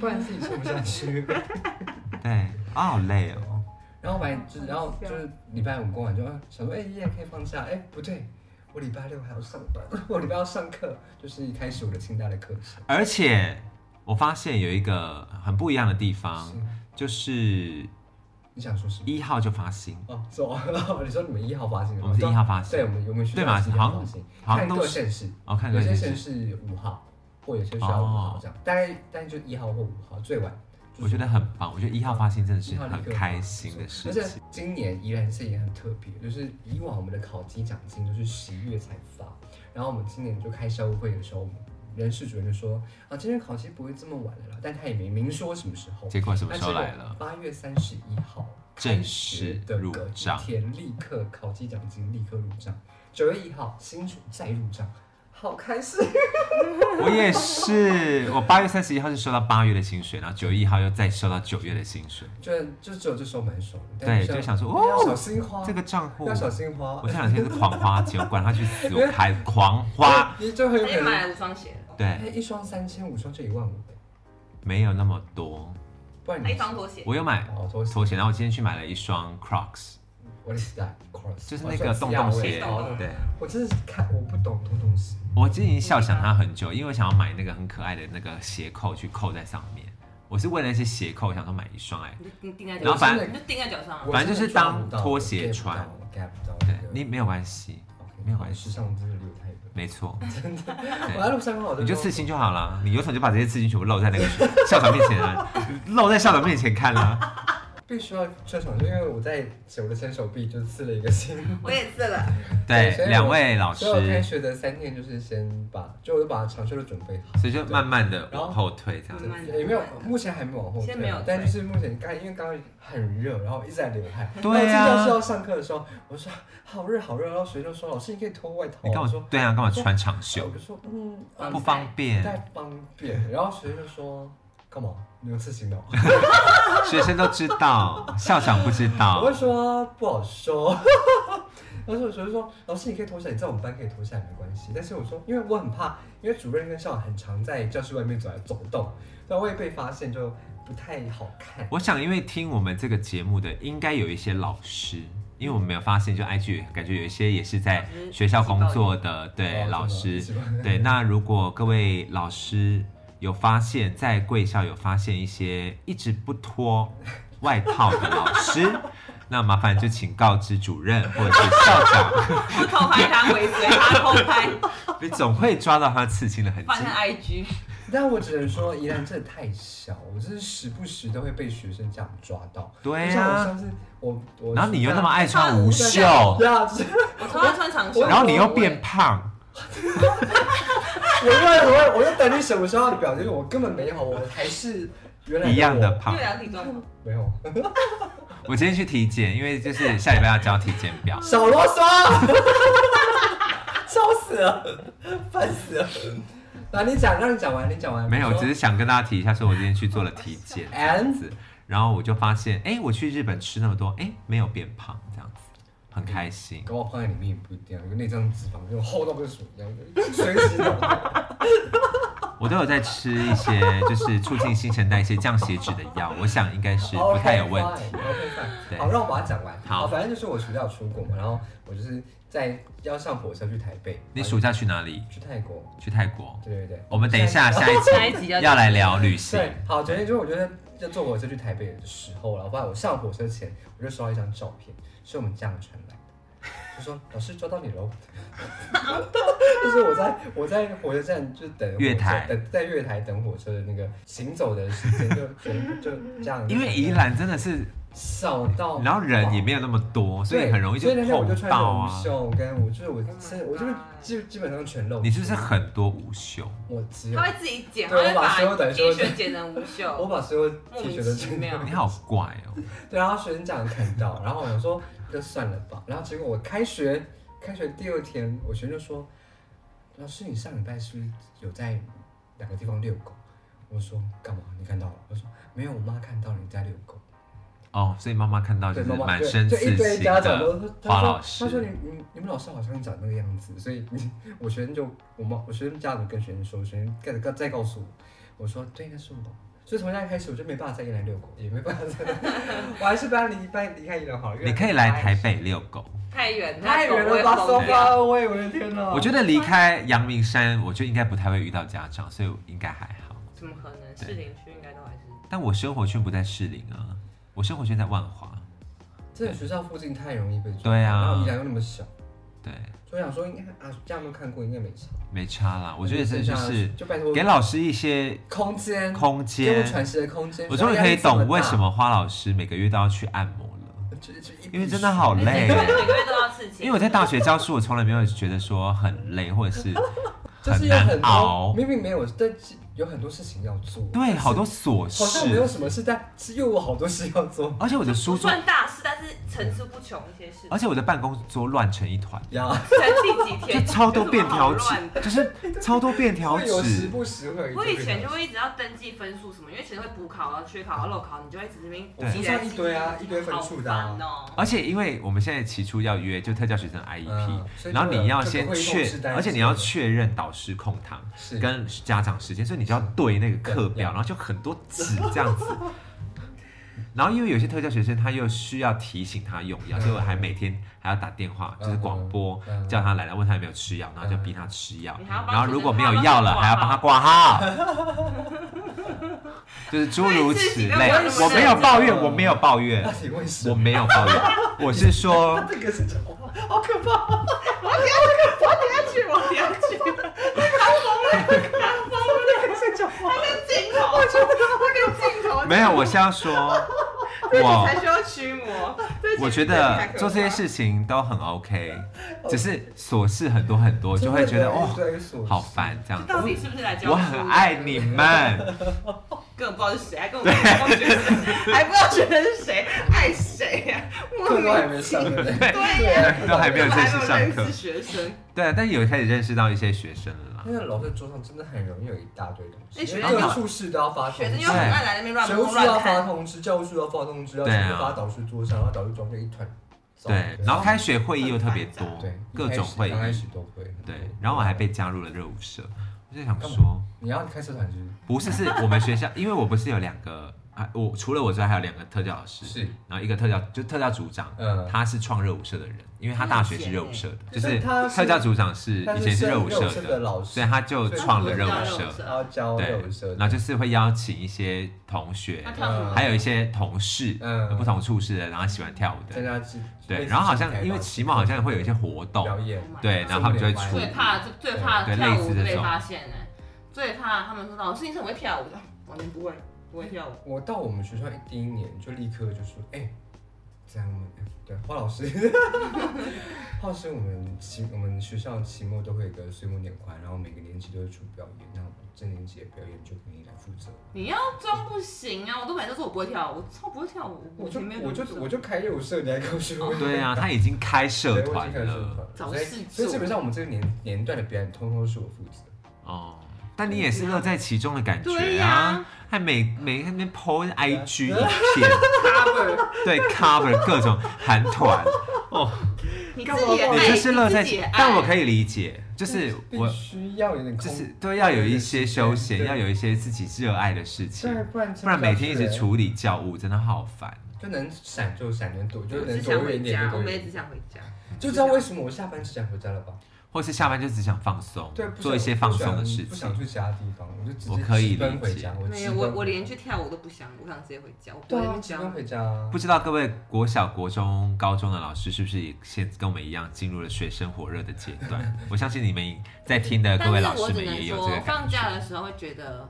Speaker 1: 不然自己撑不下去。
Speaker 3: 对，啊，好累哦。
Speaker 1: 然后完，就是然后就是礼拜五过完就啊想说，哎、耶可以放假，哎、不对，我礼拜六还要上班， 我礼拜要上课，就是一开始我的清大的课程。
Speaker 3: 而且我发现有一个很不一样的地方
Speaker 1: 是，
Speaker 3: 就是
Speaker 1: 你想说什么？
Speaker 3: 啊一号就发薪，
Speaker 1: 哦， 走，你说你们一号发行的吗，
Speaker 3: 我们是一号发薪
Speaker 1: 对，我们我们学校
Speaker 3: 对嘛
Speaker 1: 是一
Speaker 3: 好
Speaker 1: 号
Speaker 3: 像
Speaker 1: 发行，
Speaker 3: 好像
Speaker 1: 看
Speaker 3: 都
Speaker 1: 各
Speaker 3: 是
Speaker 1: 县市。
Speaker 3: 哦，看
Speaker 1: 有
Speaker 3: 个
Speaker 1: 些
Speaker 3: 电
Speaker 1: 城
Speaker 3: 视，
Speaker 1: 市五号，或有些学校五号这样，大概大概就一号或五号最晚。
Speaker 3: 哦我觉得很棒，我觉得一号发薪真的
Speaker 1: 一
Speaker 3: 是
Speaker 1: 号立
Speaker 3: 很
Speaker 1: 刻
Speaker 3: 开心的事
Speaker 1: 而
Speaker 3: 情
Speaker 1: 且。今年宜兰县也很特别，就是以往我们的考级奖金都是十一月才发，然后我们今年就开校务会的时候，我们人事主任就说啊，今年考级不会这么晚了啦，但他也没明说什么时候。
Speaker 3: 结果什么时候来了？
Speaker 1: 八月三十一号
Speaker 3: 正式
Speaker 1: 开学的
Speaker 3: 入
Speaker 1: 隔
Speaker 3: 账
Speaker 1: 一天立刻考级奖金立刻入账，九月一号新竹再入账，好开心。
Speaker 3: 我也是，我八月三十一号是收到八月的薪水，然后九月一号又再收到九月的薪水，
Speaker 1: 就就只有这时候蛮爽的，
Speaker 3: 对，
Speaker 1: 但
Speaker 3: 就是想说
Speaker 1: 要要
Speaker 3: 哦
Speaker 1: 小，心花，
Speaker 3: 这个账户
Speaker 1: 要，小心花
Speaker 3: 我，这两天是狂花钱，我管他去死，我开狂花，
Speaker 1: 你就很有
Speaker 2: 他
Speaker 1: 可
Speaker 2: 就买
Speaker 1: 能，
Speaker 2: 了五双鞋，
Speaker 1: 哎，
Speaker 3: 对，
Speaker 1: 一双三千，五双就一万五呗，
Speaker 3: 没有那么多，
Speaker 1: 不然
Speaker 2: 他
Speaker 1: 你
Speaker 2: 哎一双拖鞋。
Speaker 3: 我又买
Speaker 1: 哦，拖鞋，
Speaker 3: 拖鞋，然后我今天去买了一双 Crocs，
Speaker 1: 我的时代 cross，
Speaker 3: 就是那个洞洞鞋，对。
Speaker 1: 我真的是看我不懂洞洞鞋，
Speaker 3: 我之前笑想它很久，因为我想要买那个很可爱的那个鞋扣去扣在上面。我是为了那些鞋扣，想说买一双哎、
Speaker 2: 你就你钉在
Speaker 3: 然
Speaker 2: 脚
Speaker 3: 后
Speaker 2: 上，
Speaker 3: 反
Speaker 2: 你就钉在脚上啊。
Speaker 1: 我
Speaker 3: 反正
Speaker 1: 真的
Speaker 3: 就是当
Speaker 1: 抓不到
Speaker 3: 拖鞋穿
Speaker 1: ，get 不到 get 不到
Speaker 3: 对
Speaker 1: 那个
Speaker 3: 你没有关系，
Speaker 1: OK，
Speaker 3: 没有关系
Speaker 1: 时尚真的离我太远，
Speaker 3: 没错，
Speaker 1: 我在路上看到我
Speaker 3: 你就刺
Speaker 1: 是
Speaker 3: 青就好了。你有种就把这些刺青全部露在那个 校长面前啊，露在校长面前看啊。
Speaker 1: 必须要穿上，就因为我在我的伸手臂就刺了一个心。
Speaker 2: 我也是了，
Speaker 1: 对
Speaker 3: 对
Speaker 1: 所以，我
Speaker 3: 两位 老师
Speaker 1: 所以，我开学的三天就是先把，就我就把长袖都准备好，
Speaker 3: 所以就慢慢的
Speaker 1: 然后
Speaker 3: 往后退这样
Speaker 2: 慢
Speaker 3: 子。
Speaker 2: 慢地
Speaker 1: 也没有，目前还没往后退啊，
Speaker 2: 先没有退
Speaker 1: 但就是目前刚，因为刚刚很热，然后一直在流汗。
Speaker 3: 对
Speaker 1: 然
Speaker 3: 啊
Speaker 1: 后进教室要上课的时候，我说好热好热，然后学生就说老师你可以脱外套啊。
Speaker 3: 你干
Speaker 1: 我
Speaker 3: 嘛
Speaker 1: 说，
Speaker 3: 对啊，干嘛穿长袖
Speaker 1: 我？就说嗯，
Speaker 2: 嗯
Speaker 1: 啊
Speaker 3: 不方
Speaker 1: 不
Speaker 3: 便，
Speaker 1: 太方
Speaker 3: 嗯
Speaker 1: 便。然后学生就说干嘛？你有刺青的哦？
Speaker 3: 学生都知 道，校长不知
Speaker 1: 我
Speaker 3: 道
Speaker 1: 会。说不好说。 然后学生说：“老师，你可以脱下来，你在我们班可以脱下来，没关系。”但是我说，因为我很怕，因为主任跟校长很常在教室外面走来走动，所以我也被发现就不太好看。
Speaker 3: 我想，因为听我们这个节目的，应该有一些老师，因为我们没有发现，就 IG 感觉有一些也是在学校工作的，对
Speaker 1: 哦
Speaker 3: 老
Speaker 1: 真的
Speaker 3: 师
Speaker 1: 是吗，
Speaker 3: 对。那如果各位老师有发现，在贵校有发现一些一直不脱外套的老师，那麻烦就请告知主任或者是 校长，
Speaker 2: 我偷拍他，尾随他偷 拍，
Speaker 3: 你总会抓到他刺青的痕
Speaker 2: 放
Speaker 3: 迹
Speaker 2: 在。IG。
Speaker 1: 但我只能说，宜兰真的太小，我真是时不时都会被学生这样抓到。
Speaker 3: 对
Speaker 1: 就
Speaker 3: 呀、
Speaker 1: 像我上次我我，
Speaker 3: 然后你又 那么哦爱
Speaker 2: 我
Speaker 3: 穿
Speaker 2: 看
Speaker 3: 无
Speaker 1: 对
Speaker 3: 袖，
Speaker 1: 对啊，就是
Speaker 2: 我偷他穿长袖，
Speaker 3: 然后你又变胖，
Speaker 1: 我又我又我又等你什么时候要表现，我根本没有，我还是原来
Speaker 3: 一样的
Speaker 1: 我，
Speaker 3: 胖
Speaker 2: 对。啊，体重
Speaker 1: 没有
Speaker 3: 我今天去体检，因为就是下礼拜要交体检表。
Speaker 1: 少啰嗦，笑死了，烦死了。那你讲，让你讲完，你讲完。
Speaker 3: 没有，我
Speaker 1: 你说
Speaker 3: 只是想跟大家提一下，说我今天去做了体检，这样子，然后我就发现，哎，我去日本吃那么多，哎，没有变胖，这样子，很开心。
Speaker 1: 搞不好放在里面也不一定啊，因为内脏脂肪又厚到跟什么一样的，随时都
Speaker 3: 我都有在吃一些 就是促进新陈代谢、降血脂的药，我想应该是不
Speaker 1: OK，
Speaker 3: 太有问
Speaker 1: fine，
Speaker 3: 题。
Speaker 1: OK，fine
Speaker 3: 对
Speaker 1: 好，让我把它讲完。
Speaker 3: 好
Speaker 1: 反正就是我暑假有出国嘛，然后我就是在要上火车去台北。啊
Speaker 3: 你暑假去哪里？
Speaker 1: 去泰国？
Speaker 3: 去泰国。
Speaker 1: 对对对。
Speaker 3: 我们等一下下一
Speaker 2: 下一集
Speaker 3: 集
Speaker 2: 要
Speaker 3: 要来聊旅行。
Speaker 1: 对，好，昨天就是我觉得要坐火车去台北的时候然后发现我上火车前我就收到一张照片，是我们家长传来的，就说老师抓到你喽， 就是我在我在火车站就等火车
Speaker 3: 月台
Speaker 1: 等在月台等火车的那个行走的时间就全部就这样，
Speaker 3: 因为宜兰真的是，
Speaker 1: 少到，
Speaker 3: 然后人也没有那么多，所以很容易就
Speaker 1: 对所以那天我就
Speaker 3: 碰
Speaker 1: 穿
Speaker 3: 到
Speaker 1: 着
Speaker 3: 啊
Speaker 1: 无。袖跟我就是我
Speaker 2: Oh my
Speaker 1: 是我就是基基本上全露，
Speaker 3: 你是不是？很多无袖？
Speaker 1: 我只有
Speaker 2: 他会自己剪，他
Speaker 1: 对
Speaker 2: 会
Speaker 1: 我把所有
Speaker 2: 把
Speaker 1: 短
Speaker 2: T
Speaker 1: 袖
Speaker 2: 恤剪成无
Speaker 1: 我
Speaker 2: 袖，
Speaker 1: 把所有
Speaker 2: 莫
Speaker 1: T
Speaker 2: 名
Speaker 1: 恤都
Speaker 2: 其妙
Speaker 3: 你好怪哦！
Speaker 1: 对，然后学生家长看到，然后我想说就算了吧。然后结果我开学，开学第二天，我学生就说：“老师，你上礼拜是不是有在两个地方遛狗？”我说：“干嘛？你看到了？”我说：“没有，我妈看到你在遛狗。
Speaker 3: 哦，所以妈妈看到”
Speaker 1: 对，
Speaker 3: 就是
Speaker 1: 妈妈
Speaker 3: 满
Speaker 1: 对
Speaker 3: 身
Speaker 1: 就
Speaker 3: 刺
Speaker 1: 一堆
Speaker 3: 青
Speaker 1: 家长都
Speaker 3: 的花
Speaker 1: 他
Speaker 3: 老
Speaker 1: 说：“他说你
Speaker 3: 师，
Speaker 1: 你你们老师好像长那个样子。”所以，我学生就我妈我学生家长跟学生说，学生再再告诉我，我说：“对，那是我。”所以从现在开始，我就没办法再一来遛狗，也没办法再，我还是搬离搬离开宜兰好了。因为
Speaker 3: 你可以来
Speaker 1: 太
Speaker 3: 台北遛狗。
Speaker 2: 太远，
Speaker 1: 太远
Speaker 2: 狗会
Speaker 1: 了吧，
Speaker 2: 疯
Speaker 1: 松
Speaker 2: 掉。
Speaker 1: 花喂，我的天哪！
Speaker 3: 我觉得离开阳明山，我就应该不太会遇到家长，所以我应该还好。
Speaker 2: 怎么可能？士林区应该都还是。
Speaker 3: 但我生活圈不在士林啊，我生活圈在万华。
Speaker 1: 这个学校附近太容易被抓，
Speaker 3: 对啊
Speaker 1: 然后宜兰又那么小，
Speaker 3: 对，
Speaker 1: 所以我想说应该啊，这样都看过，应该没差。
Speaker 3: 没差啦。我觉得这
Speaker 1: 这
Speaker 3: 就是
Speaker 1: 就拜托
Speaker 3: 给老师一些
Speaker 1: 空间，
Speaker 3: 空
Speaker 1: 给我
Speaker 3: 间。
Speaker 1: 喘息的空间。
Speaker 3: 我终于
Speaker 1: 不要
Speaker 3: 可
Speaker 1: 压
Speaker 3: 以
Speaker 1: 力这么
Speaker 3: 懂
Speaker 1: 大
Speaker 3: 为什，么花老师每个月都要去按摩 了，
Speaker 1: 就就一哎
Speaker 3: 因为真的好
Speaker 2: 每
Speaker 3: 累
Speaker 2: 个
Speaker 3: 哦
Speaker 2: 月。每个月都要刺青，
Speaker 3: 因为我在大学教书，我从来没有觉得说很累，或者是
Speaker 1: 就是
Speaker 3: 很
Speaker 1: 有
Speaker 3: 难
Speaker 1: 很多
Speaker 3: 熬。
Speaker 1: 明明没有，但是有很多事情要做。
Speaker 3: 对，好多琐
Speaker 1: 好像没有
Speaker 3: 事，
Speaker 1: 什么事，但是又有好多事要做
Speaker 3: 而且我的
Speaker 2: 不
Speaker 3: 书桌，
Speaker 2: 算大事，但是层出不穷一些事。
Speaker 3: 而且我的办公桌乱成一团，
Speaker 1: 呀。
Speaker 2: 才第几
Speaker 3: 就
Speaker 2: 天，
Speaker 3: 超多
Speaker 2: 有什么
Speaker 3: 便条
Speaker 2: 好
Speaker 3: 纸
Speaker 2: 乱的，
Speaker 3: 就是超多便条
Speaker 1: 会有时
Speaker 3: 纸。
Speaker 1: 不时会有一
Speaker 2: 我
Speaker 1: 堆
Speaker 2: 以
Speaker 1: 这个
Speaker 2: 前就会一直要登记分数什么，因为其实会补考啊、缺考啊、漏考，你就会一直那边
Speaker 3: 对
Speaker 2: 记来记去
Speaker 1: 我身上一堆啊一堆分数的啊
Speaker 2: 好烦哦
Speaker 3: 而且因为我们现在期初要约，就特教学生 IEP，、
Speaker 1: 嗯所以
Speaker 3: 然后
Speaker 1: 就会
Speaker 3: 你要
Speaker 1: 就
Speaker 3: 先
Speaker 1: 不会
Speaker 3: 确
Speaker 1: 通知单，
Speaker 3: 而且
Speaker 1: 之
Speaker 3: 你
Speaker 1: 类
Speaker 3: 要
Speaker 1: 的
Speaker 3: 确认导师空堂
Speaker 1: 是
Speaker 3: 跟家长时间，所以你就要对那个课
Speaker 1: 对
Speaker 3: 表，然后就很多纸这样子。 然后因为有些特教学生他又需要提醒他用药，
Speaker 1: 嗯
Speaker 3: 所以我还每天还要打电话，就是广播
Speaker 1: 嗯嗯嗯
Speaker 3: 叫他来，然后问他有没有吃药，然后就逼他吃药
Speaker 2: 你还要，帮
Speaker 3: 然后如果没有药了，
Speaker 2: 学生
Speaker 3: 还要帮他挂号。 就是诸如此类，
Speaker 2: 对
Speaker 1: 自己都
Speaker 3: 我没有抱怨，我没有抱 怨
Speaker 1: 到，底为什
Speaker 3: 我
Speaker 1: 么？
Speaker 3: 没有抱怨，我是 说，
Speaker 1: 这个是什么？好可怕！
Speaker 2: 我等下去，我等下去，他疯了，他疯了，他跟镜头，他跟镜头
Speaker 3: 没有，我是 要说，
Speaker 2: 我
Speaker 3: 我
Speaker 2: 才需要驱魔。对
Speaker 3: 我觉得做这些，事情都很 OK，只
Speaker 2: 哦
Speaker 3: 是琐事很多很多，就会觉得哦，
Speaker 1: 哦
Speaker 3: 好烦这样
Speaker 2: 到底
Speaker 3: 子。
Speaker 2: 是不是来教书？
Speaker 3: 我很爱 你，们，
Speaker 2: 根本不知道是谁，还跟我们还不知道谁还不知道觉得是谁，爱谁呀？莫
Speaker 1: 课都还
Speaker 2: 名
Speaker 1: 没
Speaker 2: 其
Speaker 1: 上，
Speaker 2: 妙。
Speaker 1: 对不对？
Speaker 2: 对呀，
Speaker 3: 都还没有正式
Speaker 2: 我还没
Speaker 3: 上
Speaker 2: 有
Speaker 3: 课
Speaker 2: 认识。学生，
Speaker 3: 对，啊但有开始认识到一些学生了啦。
Speaker 1: 那个老师桌上真的很容易有一大堆东西，
Speaker 2: 哎学
Speaker 1: 因
Speaker 2: 生
Speaker 1: 为各处室都要发通
Speaker 2: 学
Speaker 1: 知
Speaker 2: 生
Speaker 3: 哎
Speaker 2: 又，很爱来那边乱
Speaker 1: 学务
Speaker 2: 摸
Speaker 1: 处要
Speaker 2: 乱
Speaker 1: 发
Speaker 2: 看。
Speaker 1: 通知，教务处要发通知，要
Speaker 3: 对啊
Speaker 1: 全部发导师桌上，然后导师桌上就一团糟。
Speaker 3: 对，然后开学会议又特别多
Speaker 1: 对，
Speaker 3: 各种会
Speaker 1: 一开始刚开始
Speaker 3: 议。
Speaker 1: 都会。
Speaker 3: 对，然后我还被加入了热舞社，我就想说，
Speaker 1: 你要开社团就是
Speaker 3: 不是，是我们学校，因为我不是有两个还我除了我之外还有两个特教老师，
Speaker 1: 是，
Speaker 3: 然后一个特教就特教组长，
Speaker 1: 嗯
Speaker 3: 他是创热舞社的人，因为他大学是热舞社的，就
Speaker 1: 他很闲欸但他是
Speaker 3: 特教组长是
Speaker 1: 但
Speaker 3: 以前是热舞
Speaker 1: 社
Speaker 3: 社
Speaker 1: 的
Speaker 3: 的，
Speaker 1: 老
Speaker 3: 所
Speaker 1: 师
Speaker 3: 以，他就创了热舞
Speaker 2: 所以他是热
Speaker 3: 社
Speaker 2: 舞，社
Speaker 1: 然后教
Speaker 3: 对
Speaker 1: 热舞社，，
Speaker 3: 然后就是会邀请一些同学
Speaker 2: 那，跳什么？
Speaker 3: 还有一些同事，
Speaker 1: 嗯
Speaker 3: 不同处室的，然后喜欢跳舞
Speaker 1: 参
Speaker 3: 的，
Speaker 1: 加是
Speaker 3: 对，然后好像因为期末好像会有一些活动，
Speaker 1: 表演，
Speaker 3: 对，然后他们就会出
Speaker 1: 对
Speaker 2: 最怕最最怕
Speaker 3: 对
Speaker 2: 跳
Speaker 3: 类似
Speaker 2: 舞
Speaker 3: 这
Speaker 2: 被
Speaker 3: 种
Speaker 2: 发现哎、最怕他们说老师你是很会跳舞的，完全不会不会跳舞。
Speaker 1: 我到我们学校第一年就立刻就说，哎、这样我们哎对花老师， 花老师我们期我们学校期末都会有一个岁末年会，然后每个年级都会出表演，那我们这年级的表演就给你来负责。
Speaker 2: 你要装不行啊！我都每次说我不会跳舞，我超不会跳舞，
Speaker 1: 我就
Speaker 2: 前面
Speaker 1: 我就我就开业务社，你还告诉我。
Speaker 3: 对啊，他已经开
Speaker 1: 对
Speaker 3: 社
Speaker 1: 我已
Speaker 3: 团
Speaker 1: 经开社
Speaker 3: 了，
Speaker 1: 团
Speaker 2: 找
Speaker 1: 所以
Speaker 2: 事
Speaker 1: 所以基
Speaker 2: 做
Speaker 1: 本上我们这个年年段的表演，通通是我负责。
Speaker 3: 哦，但你也是乐在其中的感
Speaker 2: 对
Speaker 3: 觉啊
Speaker 2: 呀，
Speaker 3: 还每每那边 PO
Speaker 1: 对
Speaker 3: IG 影
Speaker 1: 啊
Speaker 3: 片，
Speaker 2: cover，
Speaker 3: 对 cover 各种韩团，哦，
Speaker 2: 你自己也
Speaker 1: 干嘛
Speaker 2: 爱，
Speaker 3: 你就是乐在
Speaker 2: 你自己也，
Speaker 3: 其
Speaker 2: 爱
Speaker 3: 但我可以理解，就是
Speaker 1: 必
Speaker 3: 我
Speaker 1: 须要有点空，
Speaker 3: 就是都要有一些休闲，
Speaker 1: 对
Speaker 3: 要有一些自己热爱的事情，
Speaker 1: 对，不然
Speaker 3: 不然每天一直
Speaker 1: 出，
Speaker 3: 处理教务真的好烦。
Speaker 1: 就能闪就闪，能躲就
Speaker 2: 我
Speaker 1: 能
Speaker 2: 只
Speaker 1: 躲
Speaker 2: 想
Speaker 1: 远
Speaker 2: 回
Speaker 1: 一点
Speaker 2: 家，
Speaker 1: 就
Speaker 2: 我
Speaker 1: 躲
Speaker 2: 们
Speaker 1: 远一
Speaker 2: 也
Speaker 1: 点
Speaker 2: 只想回家。
Speaker 1: 就知道为什么我下班只想回家了吧？
Speaker 3: 或是下班就只想放松
Speaker 1: 对，不，想
Speaker 3: 做一些放松的事
Speaker 1: 不
Speaker 3: 情
Speaker 1: 想。去其他地方，我就直接
Speaker 3: 我可以
Speaker 1: 直奔
Speaker 3: 理
Speaker 1: 回
Speaker 3: 解
Speaker 1: 家。我
Speaker 2: 没有，
Speaker 1: 直
Speaker 2: 我
Speaker 1: 奔
Speaker 2: 我连去跳舞都不想，我想直接回家，我不
Speaker 1: 对
Speaker 2: 会
Speaker 1: 啊，
Speaker 2: 去
Speaker 1: 直
Speaker 2: 跳
Speaker 1: 奔
Speaker 2: 舞。
Speaker 1: 回家啊。
Speaker 3: 不知道各位国小、国中、高中的老师是不是也现跟我们一样进入了水深火热的阶段？我相信你们在听的各位老
Speaker 2: 但是
Speaker 3: 师
Speaker 2: 我只
Speaker 3: 们
Speaker 2: 能
Speaker 3: 也有这
Speaker 2: 说
Speaker 3: 个，感
Speaker 2: 放
Speaker 3: 觉
Speaker 2: 假。的时候会觉得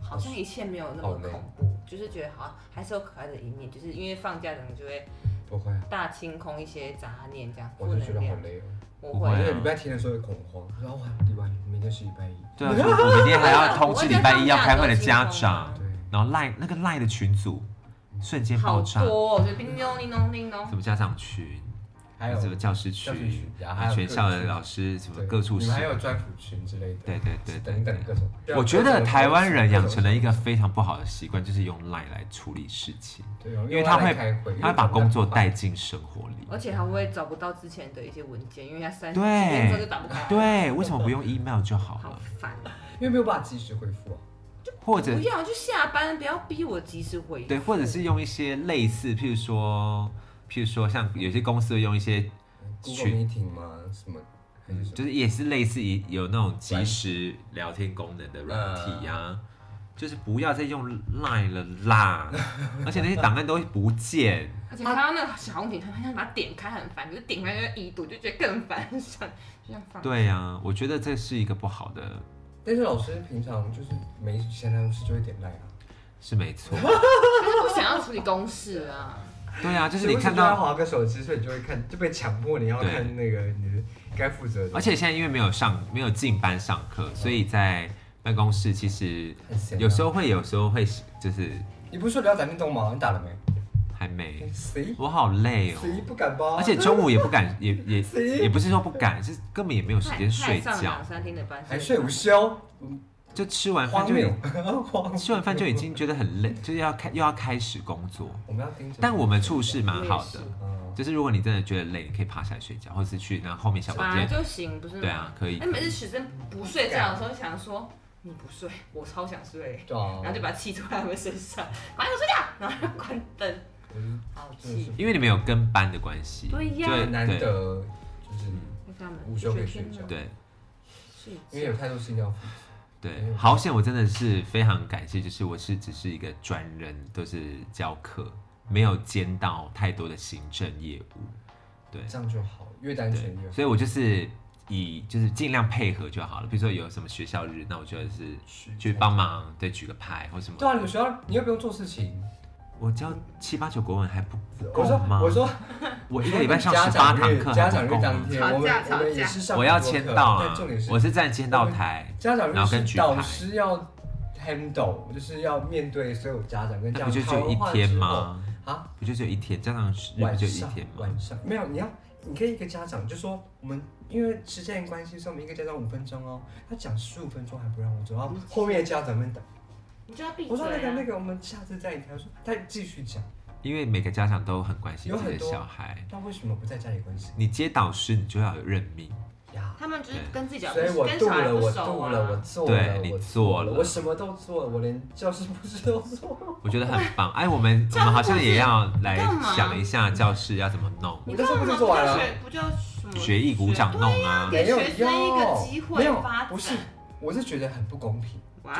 Speaker 2: 好像一切没有
Speaker 3: 哦
Speaker 2: 那么恐怖，就是觉得好像还是有可爱的一面，就是因为放假可能就会
Speaker 1: 不会啊，
Speaker 2: 大清空一些杂念，这样
Speaker 1: 我
Speaker 2: 负
Speaker 1: 就觉得
Speaker 2: 能
Speaker 1: 好
Speaker 2: 量。
Speaker 1: 累哦。
Speaker 2: 我
Speaker 3: 不
Speaker 1: 我
Speaker 3: 会
Speaker 1: 那个
Speaker 3: 啊
Speaker 1: 礼拜天的时候会恐慌，然后哇，礼拜明天是礼拜一，
Speaker 3: 对啊，我我明天还要通知礼拜一要开会的家
Speaker 2: 我
Speaker 3: 长，
Speaker 1: 对，
Speaker 3: 然后赖那个赖的群组瞬间
Speaker 2: 好
Speaker 3: 爆炸，
Speaker 2: 多、哦，就叮咚叮咚叮咚
Speaker 3: 什。么家长群，
Speaker 1: 还有
Speaker 3: 什么教师群
Speaker 1: 教师群，
Speaker 3: 然后学校的老师什么
Speaker 1: 对
Speaker 3: 各处
Speaker 1: 你
Speaker 3: 室
Speaker 1: 们，还有专属群之类的，
Speaker 3: 对对对对
Speaker 1: 等等各种。对啊
Speaker 3: 我觉得台湾人养成了一，
Speaker 1: 各
Speaker 3: 个非常不好的习惯，就是用 LINE 来处理事情，
Speaker 1: 种对，因
Speaker 3: 因为他会
Speaker 1: 开会，
Speaker 3: 他会把工作
Speaker 1: 带。
Speaker 3: 带进生活里。
Speaker 2: 而且还会找不到之前的一些文件，因为它三
Speaker 3: 对
Speaker 2: 十天之后就打不开，
Speaker 3: 对，为什么不用 email 就好
Speaker 2: 好
Speaker 3: 了？
Speaker 2: 烦。哦
Speaker 1: 因为没有办法及时回复啊。
Speaker 3: 或者
Speaker 2: 不要就下班，不要逼我及时回。
Speaker 3: 对，或者是用一些类似，譬如说，譬如说，像有些公司会用一些，
Speaker 1: Google
Speaker 3: 群
Speaker 1: meeting 吗？什么还是什么？
Speaker 3: 就是也是类似于有那种即时聊天功能的软体呀、就是不要再用 Line 了啦，而且那些档案都会不见。
Speaker 2: 而且看到那个小红点，很想把它点开，很烦。就是点开就会已读，就觉得更烦， 想就想放。
Speaker 3: 对呀、啊我觉得这是一个不好的，
Speaker 1: 但是老师平常就是没闲来无事就会点赖啊。
Speaker 3: 是没错。
Speaker 2: 但是不想要处理公事啊。
Speaker 3: 对呀、就是你
Speaker 1: 不
Speaker 3: 看
Speaker 1: 就要
Speaker 3: 到，
Speaker 1: 划个手机，所以你就会看，就被强迫你要
Speaker 3: 对
Speaker 1: 看那个你的该负责的。
Speaker 3: 而且现在因为没有上没有进班上课，所以在办公室其实
Speaker 1: 很闲啊
Speaker 3: 有时候会有时候会就是
Speaker 1: 你不是说你要打电动吗？你打了没？
Speaker 3: 还没，
Speaker 1: 谁
Speaker 3: 我好累哦。
Speaker 1: 谁不敢吧？
Speaker 3: 而且中午也不敢，也 也
Speaker 1: 谁
Speaker 3: 也不是说不敢，是根本也没有时
Speaker 2: 太
Speaker 3: 间
Speaker 2: 太
Speaker 3: 睡
Speaker 2: 上
Speaker 3: 觉
Speaker 2: 两，三天的班，
Speaker 1: 还睡午休，
Speaker 3: 就吃完饭
Speaker 1: 荒
Speaker 3: 就已
Speaker 1: 谬，荒
Speaker 3: 吃完饭就已经觉得很累，就是要开又要开始工作。
Speaker 1: 我们要盯着。
Speaker 3: 但我们处事蛮好
Speaker 2: 我也是
Speaker 3: 的，
Speaker 1: 嗯，
Speaker 3: 就是如果你真的觉得累，你可以趴下来睡觉，或是去然后后面小房
Speaker 2: 本来
Speaker 3: 间。
Speaker 2: 就行，不是吗？
Speaker 3: 对啊，可以。
Speaker 2: 哎，
Speaker 3: 可以
Speaker 2: 每次学生不睡觉的时候，想说你不睡，我超想睡，
Speaker 1: 对
Speaker 3: 哦
Speaker 1: 啊，
Speaker 2: 然后就把气吐在他们身上，马上睡觉，然后就关灯，
Speaker 1: 嗯
Speaker 2: 好
Speaker 1: 真的
Speaker 2: 气
Speaker 1: 是。
Speaker 3: 因为你们有跟班的关系，
Speaker 2: 对呀
Speaker 3: 就
Speaker 1: 难得
Speaker 3: 对
Speaker 1: 就是
Speaker 2: 我跟他们
Speaker 1: 午休可以睡
Speaker 2: 天
Speaker 1: 觉
Speaker 2: 哪，
Speaker 3: 对
Speaker 2: 睡觉
Speaker 1: 因为有太多事情要负
Speaker 3: 对，好险！我真的是非常感谢，就是我是只是一个专人，都是教课，没有兼到太多的行政业务。对
Speaker 1: 责，这样就好，越单纯越
Speaker 3: 对，
Speaker 1: 好。
Speaker 3: 所以我就是以就是尽量配合就好了。比如说有什么学校日，那我就是去帮忙，对，举个牌或什么
Speaker 1: 对。啊，你们学校你又不用做事情。
Speaker 3: 我教七八九国文还不不
Speaker 1: 我
Speaker 3: 够
Speaker 1: 说
Speaker 3: 哦吗？
Speaker 1: 我说
Speaker 3: 我一个礼拜上十八堂课
Speaker 1: 家
Speaker 3: 还
Speaker 1: 长
Speaker 3: 不
Speaker 1: 日
Speaker 3: 够
Speaker 1: 当
Speaker 3: 吗？
Speaker 1: 天，
Speaker 2: 吵
Speaker 1: 我们
Speaker 2: 架
Speaker 1: 我
Speaker 2: 吵
Speaker 1: 们也
Speaker 2: 架
Speaker 1: 是上
Speaker 3: 我要
Speaker 1: 很多
Speaker 3: 签
Speaker 1: 课
Speaker 3: 到
Speaker 1: 但
Speaker 3: 啊
Speaker 1: 重点！是
Speaker 3: 我是站签到台，
Speaker 1: 家长
Speaker 3: 然后跟
Speaker 1: 日
Speaker 3: 举
Speaker 1: 是
Speaker 3: 牌
Speaker 1: 导师要 handle，就是要面对所有家长跟
Speaker 3: 那
Speaker 1: 家
Speaker 3: 不就
Speaker 1: 长
Speaker 3: 只
Speaker 1: 讨
Speaker 3: 有
Speaker 1: 论
Speaker 3: 一
Speaker 1: 话
Speaker 3: 天
Speaker 1: 之后
Speaker 3: 吗？
Speaker 1: 啊，
Speaker 3: 不就只有一天？家长日不
Speaker 1: 晚
Speaker 3: 就一
Speaker 1: 上
Speaker 3: 天吗？
Speaker 1: 晚上没有，你要你可以一个家长就说我们因为时间关系，所以我们一个家长五分钟哦，他讲十五分钟还不让我走，然后后面的家长们等，
Speaker 2: 你就要闭
Speaker 1: 我
Speaker 2: 嘴
Speaker 1: 说那个那
Speaker 2: 啊！
Speaker 1: 个我们下次再谈，他说他继续讲，
Speaker 3: 因为每个家长都很关心
Speaker 1: 有
Speaker 3: 自己
Speaker 1: 很
Speaker 3: 的
Speaker 1: 多
Speaker 3: 小孩。
Speaker 1: 那为什么不在家里关心？
Speaker 3: 你接导师，你就要有任命，
Speaker 1: 呀，
Speaker 2: 他们就是跟自己讲，
Speaker 1: 所以我
Speaker 2: 跟
Speaker 1: 度
Speaker 2: 小孩
Speaker 1: 了，
Speaker 2: 不
Speaker 1: 我
Speaker 2: 熟
Speaker 1: 度
Speaker 2: 啊。
Speaker 1: 了，我做
Speaker 3: 对
Speaker 1: 了，
Speaker 3: 你
Speaker 1: 我
Speaker 3: 做了
Speaker 1: 我什么都做了，我连教师布置都做了。
Speaker 3: 我觉得很棒。哎，我们
Speaker 2: 这
Speaker 3: 我
Speaker 2: 样
Speaker 3: 们好像也要来
Speaker 2: 干嘛
Speaker 3: 想一下教室要怎么弄，
Speaker 2: 你
Speaker 1: 我
Speaker 2: 看
Speaker 1: 这次
Speaker 2: 我
Speaker 1: 不
Speaker 2: 们
Speaker 1: 是
Speaker 2: 不
Speaker 1: 做
Speaker 2: 就
Speaker 1: 完了
Speaker 2: 学不就什么
Speaker 3: 学艺鼓掌
Speaker 2: 学
Speaker 3: 弄啊，
Speaker 2: 对
Speaker 1: 没有
Speaker 2: 给学生一个
Speaker 1: 用
Speaker 2: 机会
Speaker 1: 没有
Speaker 2: 发展
Speaker 1: 不是，我是觉得很不公平。
Speaker 2: 喂，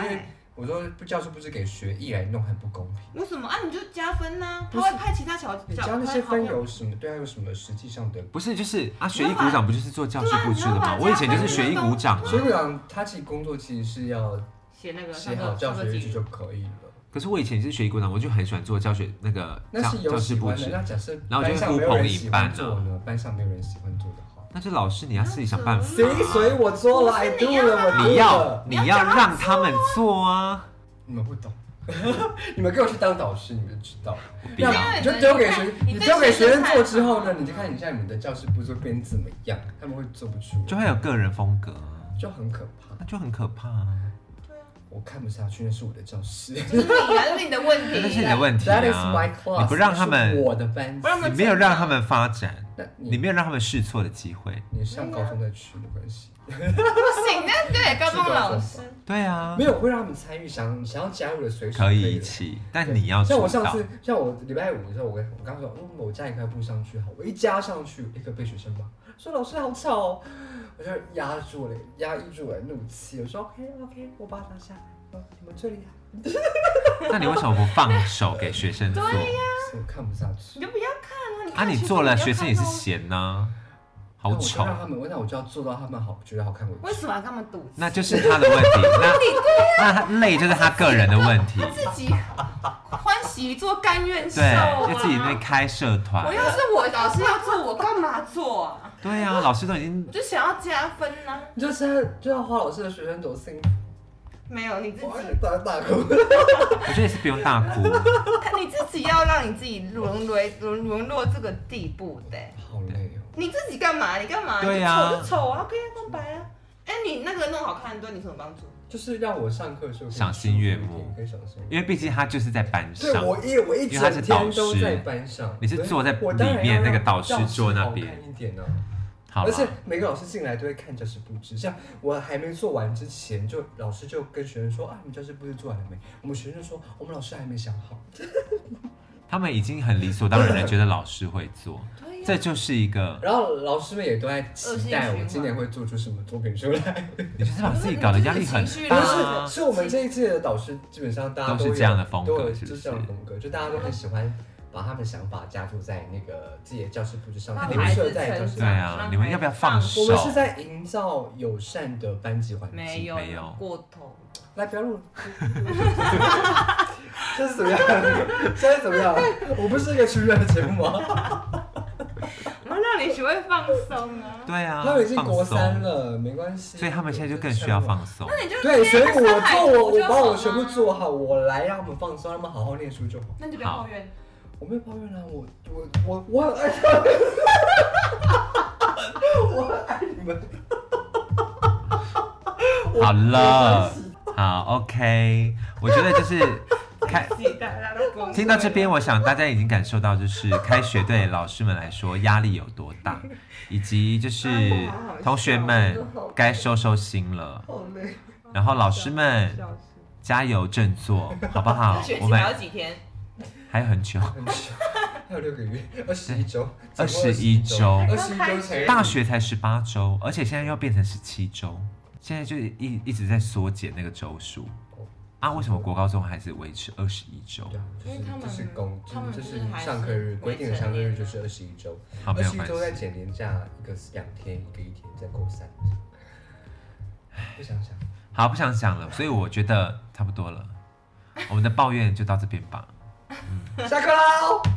Speaker 1: 我说不教师布置给学艺来弄很不公平。
Speaker 2: 为什么啊？你就加分呐、他
Speaker 1: 不是
Speaker 2: 会派其他嗯小
Speaker 1: 你
Speaker 2: 小
Speaker 1: 教那些
Speaker 2: 朋
Speaker 1: 分
Speaker 2: 友。
Speaker 1: 有什么对他有什么实际上的？
Speaker 3: 不是就是啊，学
Speaker 2: 你
Speaker 3: 艺
Speaker 2: 要把
Speaker 3: 鼓掌不就是做教师布置的
Speaker 2: 对
Speaker 3: 吗
Speaker 2: 啊？
Speaker 3: 我以前就是学艺鼓掌
Speaker 1: 所以
Speaker 3: 啊，
Speaker 1: 我想，他其实工作其实是要
Speaker 2: 写那个
Speaker 1: 写好教学日
Speaker 2: 日
Speaker 1: 志就可以了。
Speaker 3: 可是我以前是学艺鼓掌，我就很喜欢做教学那个
Speaker 1: 那
Speaker 3: 教
Speaker 1: 是有
Speaker 3: 教师
Speaker 1: 喜
Speaker 3: 布
Speaker 1: 欢的，
Speaker 3: 置
Speaker 1: 那，假设
Speaker 3: 然后就
Speaker 1: 班上
Speaker 3: 呼
Speaker 1: 没有
Speaker 3: 朋
Speaker 1: 人
Speaker 3: 引
Speaker 1: 喜
Speaker 3: 伴
Speaker 1: 欢做
Speaker 3: 啊
Speaker 1: 呢？班上没有人喜欢做的话，
Speaker 3: 那就老师你要自己想办法。
Speaker 2: 那
Speaker 1: 行，所以我做了，I
Speaker 2: 哦不是
Speaker 1: do
Speaker 2: 你要
Speaker 1: 了，我 do
Speaker 3: 你要
Speaker 1: 了。
Speaker 3: 你要让他们做啊，
Speaker 1: 你们不懂， 你们给我去当导师，你们就知道。
Speaker 3: 我不要
Speaker 1: 要。你就丢给学，
Speaker 2: 你
Speaker 1: 你
Speaker 2: 对
Speaker 1: 丢给
Speaker 2: 学
Speaker 1: 学
Speaker 2: 生
Speaker 1: 生
Speaker 2: 太
Speaker 1: 做之后呢，你就看你现在你们的教室布置变怎么样，他们会做不出来，
Speaker 3: 就会有个人风格啊，
Speaker 1: 就很可怕。
Speaker 3: 那就很可怕啊。
Speaker 2: 对啊，
Speaker 1: 我看不下去，那是我的教室。
Speaker 2: 就是你啊，那是你 的问
Speaker 3: 那是
Speaker 2: 题
Speaker 3: 你。的问题
Speaker 1: That is my
Speaker 3: 啊
Speaker 1: class，！
Speaker 3: 你不让他
Speaker 1: 这是
Speaker 3: 们，
Speaker 1: 我的班级
Speaker 2: 不，让他们
Speaker 3: 你没有让他们发展，
Speaker 1: 那
Speaker 3: 你
Speaker 1: 你
Speaker 3: 没有让他们试错的机会。
Speaker 1: 你上高中再去没关系，
Speaker 2: 不行，那对高中老师，
Speaker 3: 对啊
Speaker 1: 没，有我会让他们参与，想想要加入的随时
Speaker 3: 可以
Speaker 1: 以
Speaker 3: 一
Speaker 1: 的。
Speaker 3: 起，但你要
Speaker 1: 像我上
Speaker 3: 做到
Speaker 1: 次，像我礼拜五的时候，我跟我刚说，嗯，我加一块布上去好，我一加上去，立刻被学生骂，说老师好吵哦，我就压住了，压抑住我的怒气，我说 OK OK，我把它拿下来，哦，你们最厉害，
Speaker 3: 那你为什么不放手给学生做？
Speaker 1: 所以我看不下去
Speaker 2: 你。就不要看啊！你
Speaker 3: 啊，
Speaker 2: 看
Speaker 3: 你做了，学
Speaker 2: 学
Speaker 3: 生也是闲呐，好
Speaker 1: 那我
Speaker 3: 丑
Speaker 1: 就，让他们，那我就要做到他们好，觉得好看为止。
Speaker 2: 为什么要跟他们赌气？
Speaker 3: 那就是他的 问题。那那他累就是他个人的问题，
Speaker 2: 自己欢喜做甘愿受啊！
Speaker 3: 对，就自己那开社
Speaker 2: 我
Speaker 3: 团。
Speaker 2: 要是我老师要做，我干嘛做啊？
Speaker 3: 对啊，老师都已经
Speaker 2: 我就想要加分啊呐、
Speaker 1: 你就是要就要花老师的学生多辛苦，
Speaker 2: 没有 你自己
Speaker 1: 我，大大哭。
Speaker 3: 我觉得也是不用大 哭，
Speaker 2: 看你自己要让你自己沦为沦沦落这个地步的、
Speaker 1: 好累哦。
Speaker 2: 你自己干嘛？你干嘛？
Speaker 3: 对啊
Speaker 2: 你丑就丑啊，可以空白啊。哎、你那个弄好看，对你什么帮助？
Speaker 1: 就是让我上课的时候
Speaker 3: 赏心悦目
Speaker 1: 可以赏心悦目。
Speaker 3: 因为毕竟他就是在班
Speaker 1: 对，
Speaker 3: 上。
Speaker 1: 我一我一
Speaker 3: 因为他是
Speaker 1: 整天
Speaker 3: 导
Speaker 1: 都
Speaker 3: 师
Speaker 1: 在班上，
Speaker 3: 你是
Speaker 1: 所以
Speaker 3: 坐在
Speaker 1: 我当然
Speaker 3: 里面
Speaker 1: 要
Speaker 3: 那个
Speaker 1: 让
Speaker 3: 导师
Speaker 1: 教
Speaker 3: 坐那
Speaker 1: 好
Speaker 3: 边
Speaker 1: 看一点呢、
Speaker 3: 好
Speaker 1: 而
Speaker 3: 了
Speaker 1: 且，每个老师进来都会看教室布置，像我还没做完之前，就老师就跟学生说啊，你们教室布置做完了没？我们学生说我们老师还没想好。
Speaker 3: 嗯他们已经很理所当然的觉得老师会做，
Speaker 1: 嗯
Speaker 2: 对
Speaker 3: 这就是一个
Speaker 1: 然后老师们也都在期待
Speaker 2: 恶性循
Speaker 1: 我
Speaker 2: 环
Speaker 1: 今年会做出什么作品出来。
Speaker 3: 你就是把自己搞得压力很大
Speaker 2: 啊
Speaker 3: 啊
Speaker 1: 不是，。是我们这一届的导师基本上大家都
Speaker 3: 都是
Speaker 1: 有
Speaker 3: 这样的风格
Speaker 1: 都有
Speaker 3: 是不
Speaker 1: 就是这样的风格，就大家都很喜欢把他们想法加注在那个自己的教室布置上，
Speaker 2: 让
Speaker 1: 不
Speaker 2: 孩
Speaker 1: 设
Speaker 2: 子
Speaker 1: 在教
Speaker 2: 成
Speaker 1: 室
Speaker 3: 对
Speaker 2: 长，
Speaker 3: 啊
Speaker 2: 让
Speaker 3: 你们要不要放
Speaker 2: 孩子
Speaker 3: 手
Speaker 1: 我们是在营造友善的班级环境。
Speaker 2: 没有
Speaker 3: 没有
Speaker 2: 过头，
Speaker 1: 来，不要录。这是怎么样？现在怎么样？我不是一个吃热的节目啊吗？
Speaker 2: 我要哦让你学会放松啊。
Speaker 3: 对啊，
Speaker 1: 他们已经
Speaker 3: 放
Speaker 1: 国三
Speaker 3: 松，
Speaker 1: 了，没关系。
Speaker 3: 所以他们现在就更需要。放松。
Speaker 2: 那你就
Speaker 1: 对，所以我做我我把我全
Speaker 2: 全
Speaker 1: 部
Speaker 2: 部
Speaker 1: 做好，我来让他们放松，让他们好好念书就好。
Speaker 2: 那你就不要抱怨。？
Speaker 1: 我没有抱怨啊，我我我我很爱，我很爱你们。我
Speaker 3: 好了，好，OK，我觉 得就是开。听到这边，我想大家已经感受到，就是开学对老师们来说压力有多 大，以及
Speaker 1: 啊
Speaker 3: 就是同学们该收收心了。
Speaker 1: 好累，
Speaker 3: 然后老师们加油振作，好不好
Speaker 2: 学
Speaker 3: 我
Speaker 2: 期
Speaker 3: 们
Speaker 2: 还有几天？
Speaker 3: 还有很久，
Speaker 1: 很久，还有六个月，二十一周，
Speaker 3: 二十一周，
Speaker 1: 二十一周才
Speaker 3: 大学才十八周，而且现在又变成十七周，现在就一一直在缩减那个周数。啊，为什么国高中还是维持二十一周？
Speaker 1: 对
Speaker 2: 因为他们
Speaker 1: 就是公，
Speaker 2: 他们
Speaker 1: 就
Speaker 2: 就是
Speaker 1: 是
Speaker 2: 还是
Speaker 1: 上课日规
Speaker 2: 未
Speaker 1: 定的上课日就是二十一周，二
Speaker 3: 好，哦没有
Speaker 1: 十一
Speaker 3: 关
Speaker 1: 周再
Speaker 3: 系。
Speaker 1: 减年假一个两天，一个一天，再过三天。不想想，
Speaker 3: 好，不想讲了，所以我觉得差不多了，我们的抱怨就到这边吧。
Speaker 1: 下课喽。